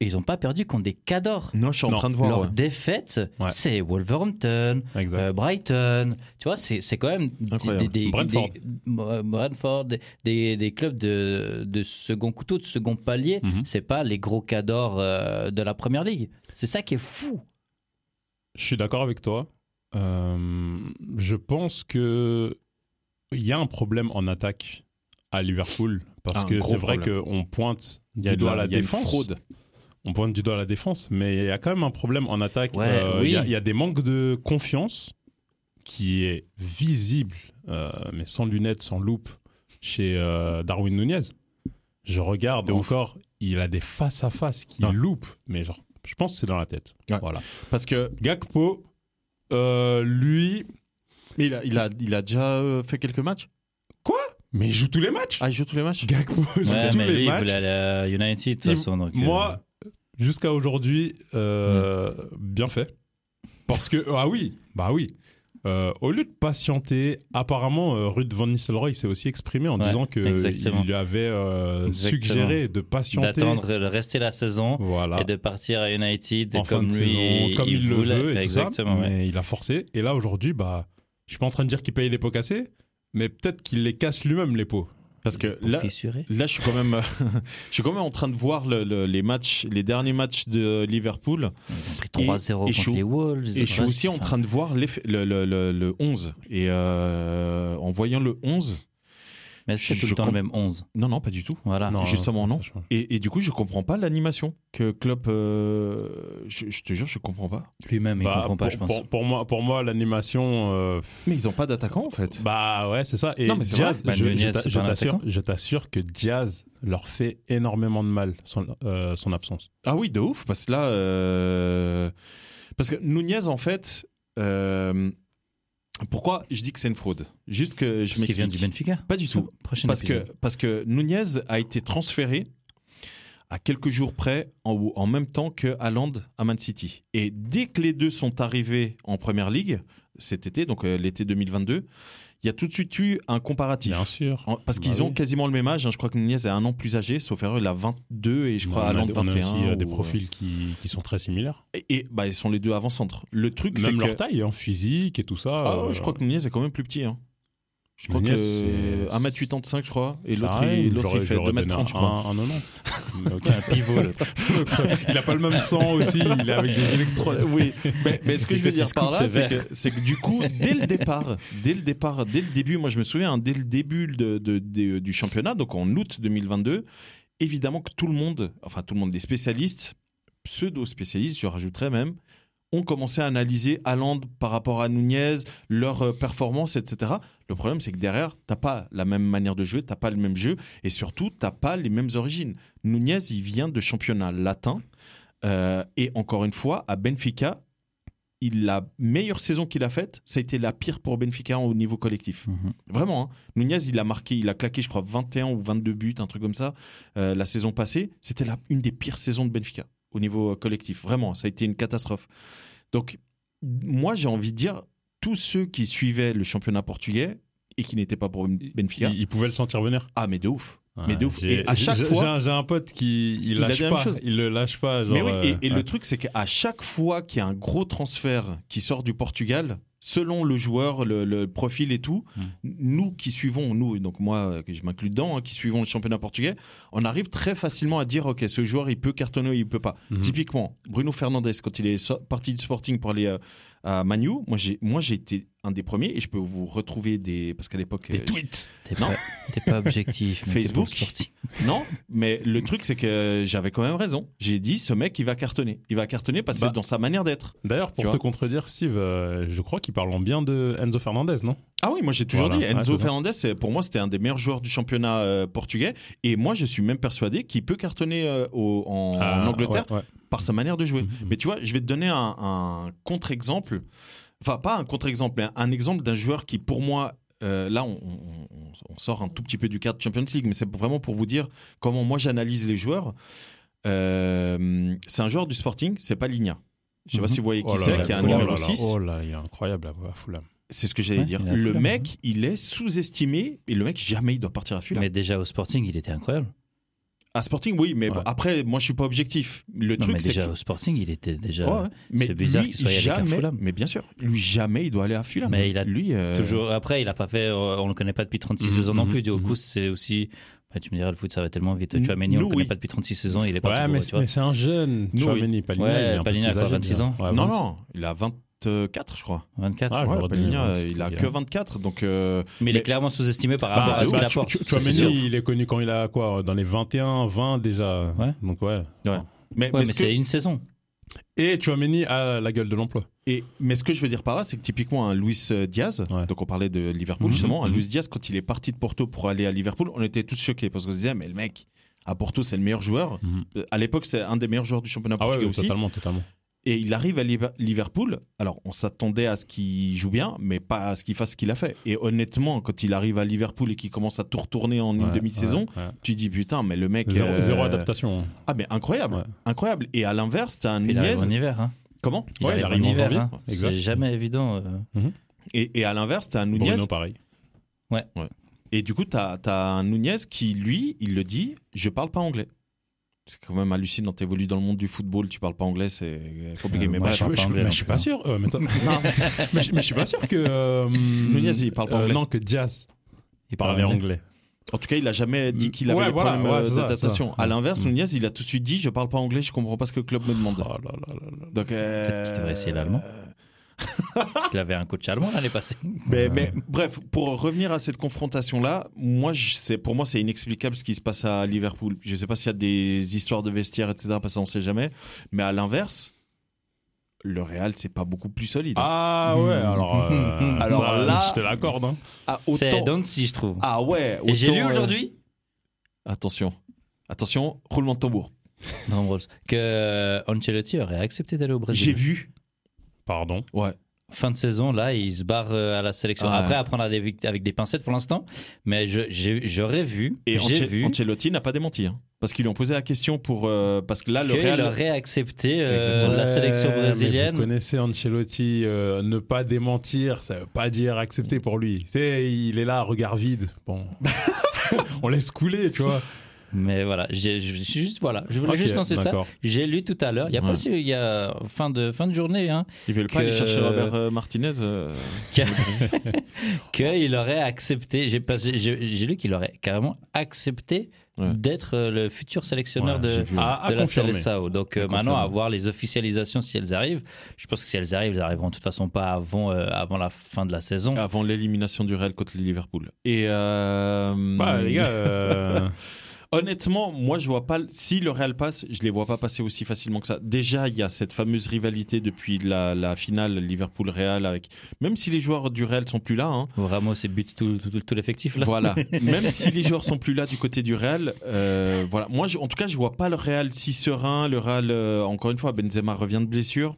[SPEAKER 2] et ils n'ont pas perdu contre des cadors.
[SPEAKER 1] Non, je suis en
[SPEAKER 3] Non,
[SPEAKER 1] train de
[SPEAKER 2] Leur
[SPEAKER 1] voir. ouais.
[SPEAKER 2] défaite,
[SPEAKER 3] Ouais.
[SPEAKER 2] c'est Wolverhampton,
[SPEAKER 3] Exact.
[SPEAKER 2] Euh, Brighton, tu vois, c'est c'est quand même des,
[SPEAKER 1] Incroyable.
[SPEAKER 2] des, des-
[SPEAKER 3] Brentford.
[SPEAKER 2] des- euh, Brentford, des- des, des clubs de, de second couteau, de second palier.
[SPEAKER 1] Euh,
[SPEAKER 3] Mhm.
[SPEAKER 2] C'est pas les gros cadors euh, de la première ligue. C'est ça qui est fou.
[SPEAKER 3] Je suis d'accord avec toi. Euh, je pense que il y a un problème en attaque à Liverpool parce
[SPEAKER 1] Ah, Un
[SPEAKER 3] que
[SPEAKER 1] gros
[SPEAKER 3] c'est vrai
[SPEAKER 1] problème.
[SPEAKER 3] qu'on pointe
[SPEAKER 1] Il y a
[SPEAKER 3] du
[SPEAKER 1] de
[SPEAKER 3] doigt à la
[SPEAKER 1] il y a une
[SPEAKER 3] défense.
[SPEAKER 1] fraude.
[SPEAKER 3] On pointe du doigt à la défense, mais il y a quand même un problème en attaque.
[SPEAKER 2] Ouais,
[SPEAKER 3] Euh,
[SPEAKER 2] oui.
[SPEAKER 3] il, y a, il y a des manques de confiance qui est visible, euh, mais sans lunettes, sans loupe, chez euh, Darwin Nunez. Je regarde
[SPEAKER 1] De ouf.
[SPEAKER 3] encore, il a des face-à-face qui
[SPEAKER 2] Ah.
[SPEAKER 1] Ouais.
[SPEAKER 3] loupent, mais genre, je pense que c'est dans la tête.
[SPEAKER 1] Ouais.
[SPEAKER 3] Voilà.
[SPEAKER 1] Parce que
[SPEAKER 3] Gakpo, euh, lui,
[SPEAKER 1] mais il a, il a, il a déjà euh, fait quelques matchs.
[SPEAKER 3] mais il joue tous les matchs.
[SPEAKER 1] Ah, il joue tous les matchs.
[SPEAKER 3] Gakpo joue
[SPEAKER 2] Ouais,
[SPEAKER 3] tous
[SPEAKER 2] mais
[SPEAKER 3] les
[SPEAKER 2] lui, il
[SPEAKER 3] matchs.
[SPEAKER 2] voulait aller à United, de toute
[SPEAKER 3] Il-
[SPEAKER 2] façon. donc, euh,
[SPEAKER 3] Moi, jusqu'à aujourd'hui, euh, bien fait. Parce que, ah oui, bah oui. Euh, au lieu de patienter, apparemment, euh, Ruud van Nistelrooy s'est aussi exprimé en
[SPEAKER 2] Ouais,
[SPEAKER 3] disant que
[SPEAKER 2] exactement.
[SPEAKER 3] il lui avait euh,
[SPEAKER 2] Exactement.
[SPEAKER 3] suggéré de patienter.
[SPEAKER 2] d'attendre le rester la saison
[SPEAKER 3] Voilà.
[SPEAKER 2] et de partir à United
[SPEAKER 3] en fin
[SPEAKER 2] comme
[SPEAKER 3] de
[SPEAKER 2] lui
[SPEAKER 3] saison, comme il, le
[SPEAKER 2] voulait.
[SPEAKER 3] veut et
[SPEAKER 2] exactement
[SPEAKER 3] tout
[SPEAKER 2] ouais.
[SPEAKER 3] ça. Mais il a forcé. Et là, aujourd'hui, bah, je suis pas en train de dire qu'il paye les pots cassés, mais peut-être qu'il les casse lui-même, les pots.
[SPEAKER 1] Parce que
[SPEAKER 2] Pour
[SPEAKER 1] là,
[SPEAKER 2] fissurer.
[SPEAKER 1] Là, je suis quand même, euh, je suis quand même en train de voir le- le- les matchs, les derniers matchs de Liverpool,
[SPEAKER 2] ils ont pris 3-0
[SPEAKER 1] et
[SPEAKER 2] contre
[SPEAKER 1] je suis-
[SPEAKER 2] les Wolves
[SPEAKER 1] et je suis
[SPEAKER 2] Enfin,
[SPEAKER 1] aussi en train de voir l'effet- le, le- le- le 11. Et euh, en voyant le 11,
[SPEAKER 2] mais c'est
[SPEAKER 1] je-
[SPEAKER 2] tout
[SPEAKER 1] je
[SPEAKER 2] le temps
[SPEAKER 1] comp-
[SPEAKER 2] le même 11
[SPEAKER 1] non, non, pas du tout. Ah,
[SPEAKER 2] voilà
[SPEAKER 1] justement,
[SPEAKER 3] ça-
[SPEAKER 1] non.
[SPEAKER 3] ça change.
[SPEAKER 1] Et, et du coup, je comprends pas l'animation que Klopp. euh, je, je te jure, je comprends pas.
[SPEAKER 2] lui-même il
[SPEAKER 3] Bah,
[SPEAKER 2] comprend pas
[SPEAKER 3] pour,
[SPEAKER 2] je pense
[SPEAKER 3] pour- pour moi, pour moi l'animation, euh,
[SPEAKER 1] Mais ils ont pas d'attaquant en fait.
[SPEAKER 3] Bah ouais, c'est ça. Et
[SPEAKER 1] Non, mais c'est
[SPEAKER 3] Diaz,
[SPEAKER 2] vrai.
[SPEAKER 3] je,
[SPEAKER 2] Manuel
[SPEAKER 3] je
[SPEAKER 2] Neuer,
[SPEAKER 3] t'a-
[SPEAKER 2] c'est
[SPEAKER 3] je
[SPEAKER 2] pas un
[SPEAKER 3] t'assure,
[SPEAKER 2] attaquant.
[SPEAKER 3] je t'assure que Diaz leur fait énormément de mal son, euh, son absence.
[SPEAKER 1] Ah oui, de ouf, parce que là, euh, parce que Nunez en fait. euh, Pourquoi je dis que c'est une fraude Juste que je
[SPEAKER 2] parce qu'il vient du
[SPEAKER 1] m'explique.
[SPEAKER 2] Benfica Ah,
[SPEAKER 1] Pas du tout.
[SPEAKER 2] prochaine
[SPEAKER 1] Parce que, parce que Nunez a été transféré à quelques jours près, en, en même temps que Haaland à Man City. Et dès que les deux sont arrivés en Première Ligue, cet été, donc euh, l'été 2022, il y a tout de suite eu un comparatif.
[SPEAKER 3] Bien sûr.
[SPEAKER 1] En- Parce
[SPEAKER 3] Bah
[SPEAKER 1] qu'ils ont
[SPEAKER 3] oui.
[SPEAKER 1] quasiment le même âge. hein. Je crois que Nunez est un an plus âgé, sauf erreur, il a 22 et je crois
[SPEAKER 3] on, a,
[SPEAKER 1] Haaland
[SPEAKER 3] on a
[SPEAKER 1] 21.
[SPEAKER 3] aussi euh, des
[SPEAKER 1] ou-
[SPEAKER 3] profils qui, qui sont très similaires.
[SPEAKER 1] Et, et, bah, ils sont les deux avant-centre. Le truc, c'est
[SPEAKER 3] Même
[SPEAKER 1] que.
[SPEAKER 3] leur taille en physique et tout ça.
[SPEAKER 1] Ah,
[SPEAKER 3] euh,
[SPEAKER 1] je crois que Nunez est quand même plus petit. hein. Je crois
[SPEAKER 3] Nunez,
[SPEAKER 1] que
[SPEAKER 3] c'est-
[SPEAKER 1] 1m85, je crois. Et l'autre,
[SPEAKER 3] pareil,
[SPEAKER 1] il, l'autre, il
[SPEAKER 3] j'aurais-
[SPEAKER 1] fait
[SPEAKER 3] j'aurais donné
[SPEAKER 1] 2m30, je
[SPEAKER 3] un-
[SPEAKER 1] crois.
[SPEAKER 3] Un, un, nono. Mais ok. il a pas le même sang aussi, il est avec des électrodes.
[SPEAKER 1] Oui, mais, mais ce que je veux
[SPEAKER 2] Petit
[SPEAKER 1] dire par
[SPEAKER 2] scoop,
[SPEAKER 1] là, c'est
[SPEAKER 2] c'est
[SPEAKER 1] que, c'est que du coup, dès le départ, dès le départ, dès le début, moi je me souviens, hein, dès le début de- de- de- du championnat, donc en août 2022, évidemment que tout le monde, enfin tout le monde, des spécialistes, pseudo-spécialistes, je rajouterais même, ont commencé à analyser Haaland par rapport à Nunez, leur euh, performance, etc. Le problème, c'est que derrière, t'as pas la même manière de jouer, t'as pas le même jeu, et surtout, t'as pas les mêmes origines. Nunez, il vient de championnat latin, euh, et encore une fois, à Benfica, il, la meilleure saison qu'il a faite, ça a été la pire pour Benfica au niveau collectif.
[SPEAKER 2] Mhm.
[SPEAKER 1] Vraiment, hein. Nunez, il a marqué, il a claqué, je crois, 21 ou 22 buts, un truc comme ça, euh, la saison passée. C'était la- une des pires saisons de Benfica au niveau euh, collectif. Vraiment, ça a été une catastrophe. Donc, moi, j'ai envie de dire, tous ceux qui suivaient le championnat portugais et qui n'étaient pas pour Benfica,
[SPEAKER 3] Il, il pouvait le sentir venir.
[SPEAKER 1] ah, mais de ouf.
[SPEAKER 3] Ouais,
[SPEAKER 1] de ouf.
[SPEAKER 3] j'ai-
[SPEAKER 1] Et à chaque
[SPEAKER 3] j'ai-
[SPEAKER 1] fois-
[SPEAKER 3] j'ai un- j'ai un pote qui il
[SPEAKER 1] Il a
[SPEAKER 3] lâche
[SPEAKER 1] dit la même
[SPEAKER 3] pas,
[SPEAKER 1] chose.
[SPEAKER 3] il le lâche pas.
[SPEAKER 1] Mais
[SPEAKER 3] genre,
[SPEAKER 1] oui,
[SPEAKER 3] euh,
[SPEAKER 1] et, et
[SPEAKER 3] ouais.
[SPEAKER 1] le truc, c'est qu'à chaque fois qu'il y a un gros transfert qui sort du Portugal, selon le joueur, le, le profil et tout,
[SPEAKER 3] Hmm.
[SPEAKER 2] Mm.
[SPEAKER 1] nous qui suivons, nous, donc moi, euh, que je m'inclus dedans, hein, qui suivons le championnat portugais, on arrive très facilement à dire, OK, ce joueur, il peut cartonner, ou il peut pas.
[SPEAKER 3] Mhm.
[SPEAKER 1] Typiquement, Bruno Fernandez, quand il est so- parti du Sporting pour aller euh, à Manu, moi, j'ai moi, j'ai été un des premiers, et je peux vous retrouver des... Parce qu'à l'époque... euh,
[SPEAKER 3] Des tweets.
[SPEAKER 2] t'es
[SPEAKER 1] Non.
[SPEAKER 2] pas, t'es pas objectif mais t'es
[SPEAKER 1] Facebook.
[SPEAKER 2] bon sportif.
[SPEAKER 1] Non, mais le truc, c'est que j'avais quand même raison. J'ai dit, ce mec, il va cartonner. Il va cartonner parce que
[SPEAKER 3] Bah.
[SPEAKER 1] c'est dans sa manière d'être.
[SPEAKER 3] D'ailleurs, pour
[SPEAKER 1] Tu
[SPEAKER 3] te
[SPEAKER 1] vois.
[SPEAKER 3] contredire, Steve, euh, je crois qu'ils parlent en bien de Enzo Fernandez, non
[SPEAKER 1] Ah oui, moi j'ai toujours
[SPEAKER 3] Voilà.
[SPEAKER 1] dit
[SPEAKER 3] Ouais,
[SPEAKER 1] Enzo
[SPEAKER 3] c'est ça.
[SPEAKER 1] Fernandez, c'est- pour moi c'était un des meilleurs joueurs du championnat euh, portugais et moi je suis même persuadé qu'il peut cartonner euh, au- en, en
[SPEAKER 3] Ah,
[SPEAKER 1] Angleterre
[SPEAKER 3] ouais, ouais.
[SPEAKER 1] par sa manière de jouer.
[SPEAKER 3] Mhm.
[SPEAKER 1] Mais tu vois, je vais te donner un, un contre-exemple, enfin pas un contre-exemple, mais un, un exemple d'un joueur qui pour moi, euh, là on, on- on- on sort un tout petit peu du cadre Champions League, mais c'est vraiment pour vous dire comment moi j'analyse les joueurs. Euh, c'est un joueur du Sporting, c'est pas Ligna. Je sais pas
[SPEAKER 3] Mhm.
[SPEAKER 1] si vous voyez qui
[SPEAKER 3] Oh là
[SPEAKER 1] c'est,
[SPEAKER 3] là,
[SPEAKER 1] qui est un
[SPEAKER 3] oh là
[SPEAKER 1] numéro
[SPEAKER 3] là,
[SPEAKER 1] 6.
[SPEAKER 3] Oh là, il est incroyable à à Fulham.
[SPEAKER 1] C'est ce que j'allais
[SPEAKER 2] Ouais,
[SPEAKER 1] dire.
[SPEAKER 2] il est à
[SPEAKER 1] Le
[SPEAKER 2] Fulham,
[SPEAKER 1] mec, il est sous-estimé et le mec, jamais il doit partir à Fulham.
[SPEAKER 2] hein. mais déjà au Sporting il était incroyable
[SPEAKER 1] À Sporting, oui, mais
[SPEAKER 3] Ouais.
[SPEAKER 1] bon, après, moi, je suis pas objectif. Le
[SPEAKER 2] non
[SPEAKER 1] truc,
[SPEAKER 2] mais
[SPEAKER 1] c'est
[SPEAKER 2] déjà
[SPEAKER 1] que.
[SPEAKER 2] au Sporting il était déjà
[SPEAKER 1] Ouais, ouais. Mais
[SPEAKER 2] bizarre
[SPEAKER 1] lui,
[SPEAKER 2] qu'il soit allé avec un
[SPEAKER 1] jamais,
[SPEAKER 2] Fulham.
[SPEAKER 1] Mais bien sûr, lui, jamais il doit aller à Fulham.
[SPEAKER 2] Mais il a
[SPEAKER 1] lui, euh,
[SPEAKER 2] Toujours. Après, il a pas fait. euh, On le connaît pas depuis 36
[SPEAKER 3] Mhm,
[SPEAKER 2] saisons non
[SPEAKER 3] mhm,
[SPEAKER 2] plus. Du
[SPEAKER 3] mhm.
[SPEAKER 2] coup, c'est aussi. bah, tu me diras, le foot, ça va tellement vite.
[SPEAKER 1] Nous,
[SPEAKER 2] Tu as Méni, on le
[SPEAKER 1] oui.
[SPEAKER 2] connaît pas depuis 36 saisons. Il est parti.
[SPEAKER 3] Ouais,
[SPEAKER 2] au-
[SPEAKER 3] mais,
[SPEAKER 2] tu vois.
[SPEAKER 3] mais c'est un jeune.
[SPEAKER 1] Nous,
[SPEAKER 3] Chouameni, Palina,
[SPEAKER 2] Ouais,
[SPEAKER 3] il est un peu
[SPEAKER 2] Palina,
[SPEAKER 3] plus
[SPEAKER 2] quoi,
[SPEAKER 3] âgé,
[SPEAKER 2] 26 ans.
[SPEAKER 3] déjà. Ouais,
[SPEAKER 1] Non,
[SPEAKER 3] 26.
[SPEAKER 1] non, il a 20, 24, je crois.
[SPEAKER 2] 24.
[SPEAKER 3] Ah,
[SPEAKER 1] Ouais,
[SPEAKER 3] j'aurais dit
[SPEAKER 1] Pellegrini,
[SPEAKER 3] 24,
[SPEAKER 1] euh, il a
[SPEAKER 3] ok.
[SPEAKER 1] que 24, donc euh,
[SPEAKER 2] mais, il
[SPEAKER 1] mais-
[SPEAKER 2] est clairement sous-estimé par
[SPEAKER 3] Bah,
[SPEAKER 2] rapport à ce
[SPEAKER 3] bah,
[SPEAKER 2] qu'il
[SPEAKER 3] tu-
[SPEAKER 2] apporte.
[SPEAKER 3] tu- tu
[SPEAKER 2] Ça,
[SPEAKER 3] vois,
[SPEAKER 2] c'est
[SPEAKER 3] Mendy,
[SPEAKER 2] sûr.
[SPEAKER 3] il est connu quand il a quoi Dans les 21, 20 déjà.
[SPEAKER 2] Ouais.
[SPEAKER 3] Donc ouais.
[SPEAKER 1] mais,
[SPEAKER 2] Ouais,
[SPEAKER 1] mais
[SPEAKER 2] mais
[SPEAKER 1] ce que-
[SPEAKER 2] c'est une saison.
[SPEAKER 3] Et Chouameni a la gueule de l'emploi.
[SPEAKER 1] Et, mais ce que je veux dire par là, c'est que typiquement un Luis euh, Diaz,
[SPEAKER 3] Ouais.
[SPEAKER 1] donc on parlait de Liverpool
[SPEAKER 3] Mhm.
[SPEAKER 1] justement, un
[SPEAKER 3] Mhm.
[SPEAKER 1] Luis Diaz, quand il est parti de Porto pour aller à Liverpool, on était tous choqués parce qu'on se disait, mais le mec, à Porto, c'est le meilleur joueur.
[SPEAKER 3] Mm-hmm.
[SPEAKER 1] Euh, À l'époque, c'est un des meilleurs joueurs du championnat
[SPEAKER 3] Ah ouais,
[SPEAKER 1] portugais
[SPEAKER 3] ouais,
[SPEAKER 1] aussi.
[SPEAKER 3] totalement, totalement.
[SPEAKER 1] Et il arrive à Liv- Liverpool. Alors, on s'attendait à ce qu'il joue bien, mais pas à ce qu'il fasse ce qu'il a fait. Et honnêtement, quand il arrive à Liverpool et qu'il commence à tout retourner en une
[SPEAKER 3] Ouais,
[SPEAKER 1] demi-saison,
[SPEAKER 3] ouais, ouais.
[SPEAKER 1] tu dis, putain, mais le mec.
[SPEAKER 3] Zéro,
[SPEAKER 1] euh,
[SPEAKER 3] zéro adaptation. hein,
[SPEAKER 1] Ah, mais incroyable,
[SPEAKER 3] Ouais.
[SPEAKER 1] incroyable. Et à l'inverse, t'as un
[SPEAKER 2] Il
[SPEAKER 1] Nunez.
[SPEAKER 2] arrive en hiver. hein.
[SPEAKER 1] Comment
[SPEAKER 2] Il
[SPEAKER 3] Ouais,
[SPEAKER 2] arrive
[SPEAKER 3] il arrive en
[SPEAKER 2] en hiver.
[SPEAKER 3] janvier.
[SPEAKER 2] hein.
[SPEAKER 3] Exact.
[SPEAKER 2] C'est jamais évident. euh.
[SPEAKER 1] et, et à l'inverse, t'as un Nunez.
[SPEAKER 3] Bruno, pareil.
[SPEAKER 1] Et du coup, tu as, un Nunez qui, lui, il le dit je parle pas anglais. C'est quand même hallucinant. Tu évolues dans le monde du football, tu parles pas anglais, c'est compliqué.
[SPEAKER 2] Euh,
[SPEAKER 1] mais
[SPEAKER 2] moi,
[SPEAKER 1] bref.
[SPEAKER 2] je- parle pas anglais,
[SPEAKER 3] mais je suis pas
[SPEAKER 2] non.
[SPEAKER 3] sûr. euh, mais, attends- mais je, mais je suis pas sûr que. euh,
[SPEAKER 1] Nunez, il parle pas
[SPEAKER 3] euh,
[SPEAKER 1] anglais.
[SPEAKER 3] non, que Diaz
[SPEAKER 2] Il parle
[SPEAKER 3] parlait anglais.
[SPEAKER 1] En tout cas, il a jamais dit qu'il
[SPEAKER 3] Ouais,
[SPEAKER 1] avait des
[SPEAKER 3] voilà,
[SPEAKER 1] problèmes
[SPEAKER 3] ouais,
[SPEAKER 1] euh,
[SPEAKER 3] c'est ça,
[SPEAKER 1] d'adaptation.
[SPEAKER 3] c'est ça.
[SPEAKER 1] À l'inverse,
[SPEAKER 3] Mm.
[SPEAKER 1] Nunez, il a tout de suite dit je parle pas anglais, je comprends pas ce que le club me demande.
[SPEAKER 3] Oh là là là là.
[SPEAKER 1] Donc, euh,
[SPEAKER 2] Peut-être qu'il devrait essayer l'allemand. Il avait un coach allemand l'année passée.
[SPEAKER 1] Mais, mais bref, pour revenir à cette confrontation-là, moi, je- c'est- pour moi, c'est inexplicable ce qui se passe à Liverpool. Je ne sais pas s'il y a des histoires de vestiaires, etc., parce qu'on ne sait jamais. Mais à l'inverse, le Real, c'est pas beaucoup plus solide.
[SPEAKER 3] Ah ouais, alors. euh,
[SPEAKER 1] Alors
[SPEAKER 3] ça,
[SPEAKER 1] là-
[SPEAKER 3] Je te l'accorde. hein.
[SPEAKER 1] Ah,
[SPEAKER 2] C'est Dancy, je trouve.
[SPEAKER 1] Ah ouais.
[SPEAKER 2] Et j'ai
[SPEAKER 1] autant,
[SPEAKER 2] lu
[SPEAKER 1] euh,
[SPEAKER 2] aujourd'hui
[SPEAKER 1] Attention, attention, roulement de tambour.
[SPEAKER 2] Non, Rolls, que euh, Ancelotti aurait accepté d'aller au
[SPEAKER 1] J'ai
[SPEAKER 2] Brésil.
[SPEAKER 1] vu.
[SPEAKER 3] Pardon.
[SPEAKER 1] Ouais.
[SPEAKER 2] Fin de saison, là, il se barre euh, à la sélection.
[SPEAKER 1] Ah,
[SPEAKER 2] Après,
[SPEAKER 1] ouais.
[SPEAKER 2] à prendre avec, avec des pincettes pour l'instant. Mais je- j'ai- j'aurais vu,
[SPEAKER 1] Et
[SPEAKER 2] j'ai
[SPEAKER 1] Ance-
[SPEAKER 2] vu
[SPEAKER 1] Ancelotti n'a pas démenti, hein. parce qu'ils lui ont posé la question pour euh, parce que là, le
[SPEAKER 2] qu'il
[SPEAKER 1] Real.
[SPEAKER 2] aurait accepté euh,
[SPEAKER 1] Exactement.
[SPEAKER 2] la sélection
[SPEAKER 3] Ouais, mais Vous
[SPEAKER 2] brésilienne.
[SPEAKER 3] connaissez Ancelotti, euh, ne pas démentir, ça veut pas dire accepter pour lui. Tu sais, il est là, regard vide. Bon. On laisse couler, tu vois.
[SPEAKER 2] Mais voilà, j'ai- je suis juste, voilà, je voulais
[SPEAKER 3] Ok,
[SPEAKER 2] juste lancer ça.
[SPEAKER 3] d'accord.
[SPEAKER 2] J'ai lu tout à l'heure, il y a
[SPEAKER 1] Ouais.
[SPEAKER 2] pas si, il y a fin de, fin de journée, hein,
[SPEAKER 1] Ils veulent pas aller
[SPEAKER 2] que-
[SPEAKER 1] chercher Robert euh, Martinez. euh,
[SPEAKER 2] qu'il aurait accepté, j'ai pas- j'ai- j'ai j'ai lu qu'il aurait carrément accepté
[SPEAKER 1] Ouais.
[SPEAKER 2] d'être euh, le futur sélectionneur
[SPEAKER 1] ouais,
[SPEAKER 2] de,
[SPEAKER 1] j'ai vu.
[SPEAKER 3] À, à
[SPEAKER 2] de la
[SPEAKER 3] confirmer.
[SPEAKER 2] CLSAO. Donc euh,
[SPEAKER 1] À
[SPEAKER 2] maintenant,
[SPEAKER 1] confirmer.
[SPEAKER 2] à voir les officialisations si elles arrivent. Je pense que si elles arrivent, elles arriveront de toute façon pas avant, euh, avant la fin de la saison.
[SPEAKER 1] Avant l'élimination du Real contre le Liverpool. Et euh,
[SPEAKER 2] Bah,
[SPEAKER 3] Ouais, Bah, les gars. euh,
[SPEAKER 1] honnêtement, moi je vois pas. Si le Real passe, je les vois pas passer aussi facilement que ça. Déjà, il y a cette fameuse rivalité depuis la, la finale Liverpool-Real avec. Même si les joueurs du Real sont plus là, hein,
[SPEAKER 2] Ramos et but tout, tout- tout- tout l'effectif là.
[SPEAKER 1] Voilà. Même si les joueurs sont plus là du côté du Real, euh, voilà. Moi, je- en tout cas, je vois pas le Real si serein. Le Real, euh, encore une fois, Benzema revient de blessure.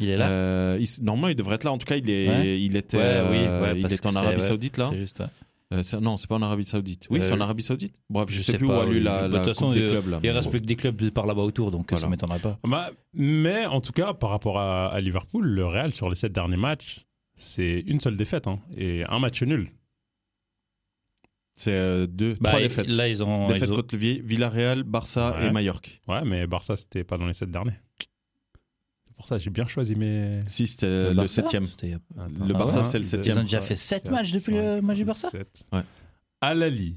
[SPEAKER 2] Il est là.
[SPEAKER 1] Euh, il s- normalement, il devrait être là. En tout cas, il est,
[SPEAKER 2] Ouais.
[SPEAKER 1] il était,
[SPEAKER 2] Ouais, oui,
[SPEAKER 1] euh,
[SPEAKER 2] ouais,
[SPEAKER 1] il
[SPEAKER 2] parce
[SPEAKER 1] était en
[SPEAKER 2] que
[SPEAKER 1] Arabie
[SPEAKER 2] c'est- ouais,
[SPEAKER 1] Saoudite là.
[SPEAKER 2] C'est juste. ouais.
[SPEAKER 1] Euh, c'est- non, c'est pas en Arabie Saoudite. Oui,
[SPEAKER 2] Euh,
[SPEAKER 1] c'est en Arabie Saoudite. Bref, je, sais, plus où
[SPEAKER 2] pas,
[SPEAKER 1] a lieu
[SPEAKER 2] oui,
[SPEAKER 1] la,
[SPEAKER 2] je-
[SPEAKER 1] la
[SPEAKER 2] bah, de toute
[SPEAKER 1] coupe
[SPEAKER 2] façon,
[SPEAKER 1] des
[SPEAKER 2] il-
[SPEAKER 1] clubs. Là,
[SPEAKER 2] Il
[SPEAKER 1] mais
[SPEAKER 2] reste
[SPEAKER 1] bon.
[SPEAKER 2] plus que des clubs de par là-bas autour, donc euh, ça
[SPEAKER 1] Voilà.
[SPEAKER 2] m'étonnerait pas.
[SPEAKER 3] bah, mais en tout cas, par rapport à, à Liverpool, le Real, sur les sept derniers matchs, c'est une seule défaite hein, et un match nul.
[SPEAKER 1] C'est euh, deux,
[SPEAKER 2] Bah,
[SPEAKER 1] trois
[SPEAKER 2] et-
[SPEAKER 1] défaites.
[SPEAKER 2] Là, ils ont.
[SPEAKER 1] Défaite
[SPEAKER 2] ils ont-
[SPEAKER 1] contre le Vi- Villarreal, Barça
[SPEAKER 3] Ouais.
[SPEAKER 1] et Mallorca.
[SPEAKER 3] Ouais, mais Barça, c'était pas dans les sept derniers. C'est pour ça que j'ai bien choisi mes.
[SPEAKER 1] Si c'était
[SPEAKER 2] Le
[SPEAKER 1] euh, le
[SPEAKER 2] Barça,
[SPEAKER 1] septième.
[SPEAKER 2] c'était-
[SPEAKER 3] Attends.
[SPEAKER 1] Le
[SPEAKER 2] Barça,
[SPEAKER 1] c'est le
[SPEAKER 3] Ils-
[SPEAKER 1] septième.
[SPEAKER 2] Ils ont déjà fait 7 matchs depuis le match du Barça
[SPEAKER 1] Ouais.
[SPEAKER 3] Alali.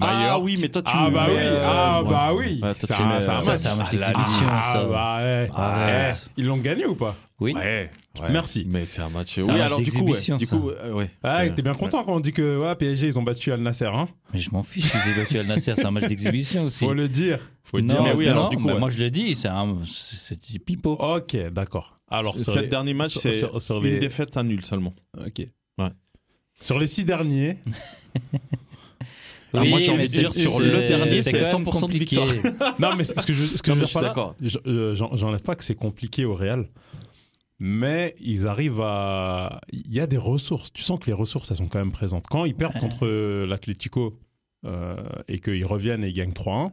[SPEAKER 1] Ah
[SPEAKER 3] Mallorca.
[SPEAKER 1] oui, mais toi tu.
[SPEAKER 3] Ah bah oui,
[SPEAKER 1] mais, euh,
[SPEAKER 3] ah
[SPEAKER 1] ouais.
[SPEAKER 3] bah oui.
[SPEAKER 1] Ouais, toi,
[SPEAKER 3] Ça,
[SPEAKER 1] tu mets-
[SPEAKER 3] ça,
[SPEAKER 2] Ça, c'est un match
[SPEAKER 3] Alali.
[SPEAKER 2] d'exhibition,
[SPEAKER 3] Ah
[SPEAKER 2] ça.
[SPEAKER 3] bah ouais.
[SPEAKER 2] Arrête.
[SPEAKER 3] Eh, Ils l'ont gagné ou pas
[SPEAKER 2] Oui.
[SPEAKER 3] Ouais.
[SPEAKER 1] Ouais,
[SPEAKER 3] Merci.
[SPEAKER 1] Mais c'est un match.
[SPEAKER 2] un
[SPEAKER 1] oui,
[SPEAKER 2] match
[SPEAKER 1] alors du coup, ouais,
[SPEAKER 2] d'exhibition,
[SPEAKER 1] du
[SPEAKER 2] ça.
[SPEAKER 1] coup, euh, ouais.
[SPEAKER 3] Ah,
[SPEAKER 1] c'est-
[SPEAKER 3] t'es bien content quand on dit que ouais, PSG ils ont battu Al Nasser, hein
[SPEAKER 2] Mais je m'en fiche, ils ont battu Al Nasser, c'est un match d'exhibition aussi.
[SPEAKER 3] Faut le dire. Faut le
[SPEAKER 2] non,
[SPEAKER 3] dire.
[SPEAKER 1] mais oui, alors,
[SPEAKER 2] non,
[SPEAKER 1] du coup,
[SPEAKER 2] bah,
[SPEAKER 1] ouais.
[SPEAKER 2] moi je le dis, c'est un- c'est c'est du pipeau.
[SPEAKER 3] Ok, d'accord. Alors
[SPEAKER 1] Ces
[SPEAKER 3] sur
[SPEAKER 1] sept
[SPEAKER 3] les-
[SPEAKER 1] derniers matchs,
[SPEAKER 3] sur-
[SPEAKER 1] c'est
[SPEAKER 3] sur- sur
[SPEAKER 1] une
[SPEAKER 3] les-
[SPEAKER 1] défaite, un nul seulement.
[SPEAKER 3] Ok.
[SPEAKER 1] Ouais.
[SPEAKER 3] Sur les six derniers,
[SPEAKER 1] Ah, moi, j'ai envie
[SPEAKER 2] mais
[SPEAKER 1] de dire,
[SPEAKER 2] c'est-
[SPEAKER 1] sur le
[SPEAKER 2] c'est-
[SPEAKER 1] dernier, c'est
[SPEAKER 2] quand même
[SPEAKER 1] 100% de
[SPEAKER 2] compliqué.
[SPEAKER 3] non mais c'est- ce que je, ce que
[SPEAKER 1] Non, mais je
[SPEAKER 3] je veux dire
[SPEAKER 1] suis
[SPEAKER 3] par là,
[SPEAKER 1] d'accord.
[SPEAKER 3] je- euh, j'en- j'enlève pas que c'est compliqué au Real, mais ils arrivent à, il y a des ressources. Tu sens que les ressources elles sont quand même présentes. Quand ils perdent
[SPEAKER 2] Ouais.
[SPEAKER 3] contre euh, l'Atlético euh, et qu'ils reviennent et ils gagnent 3-1,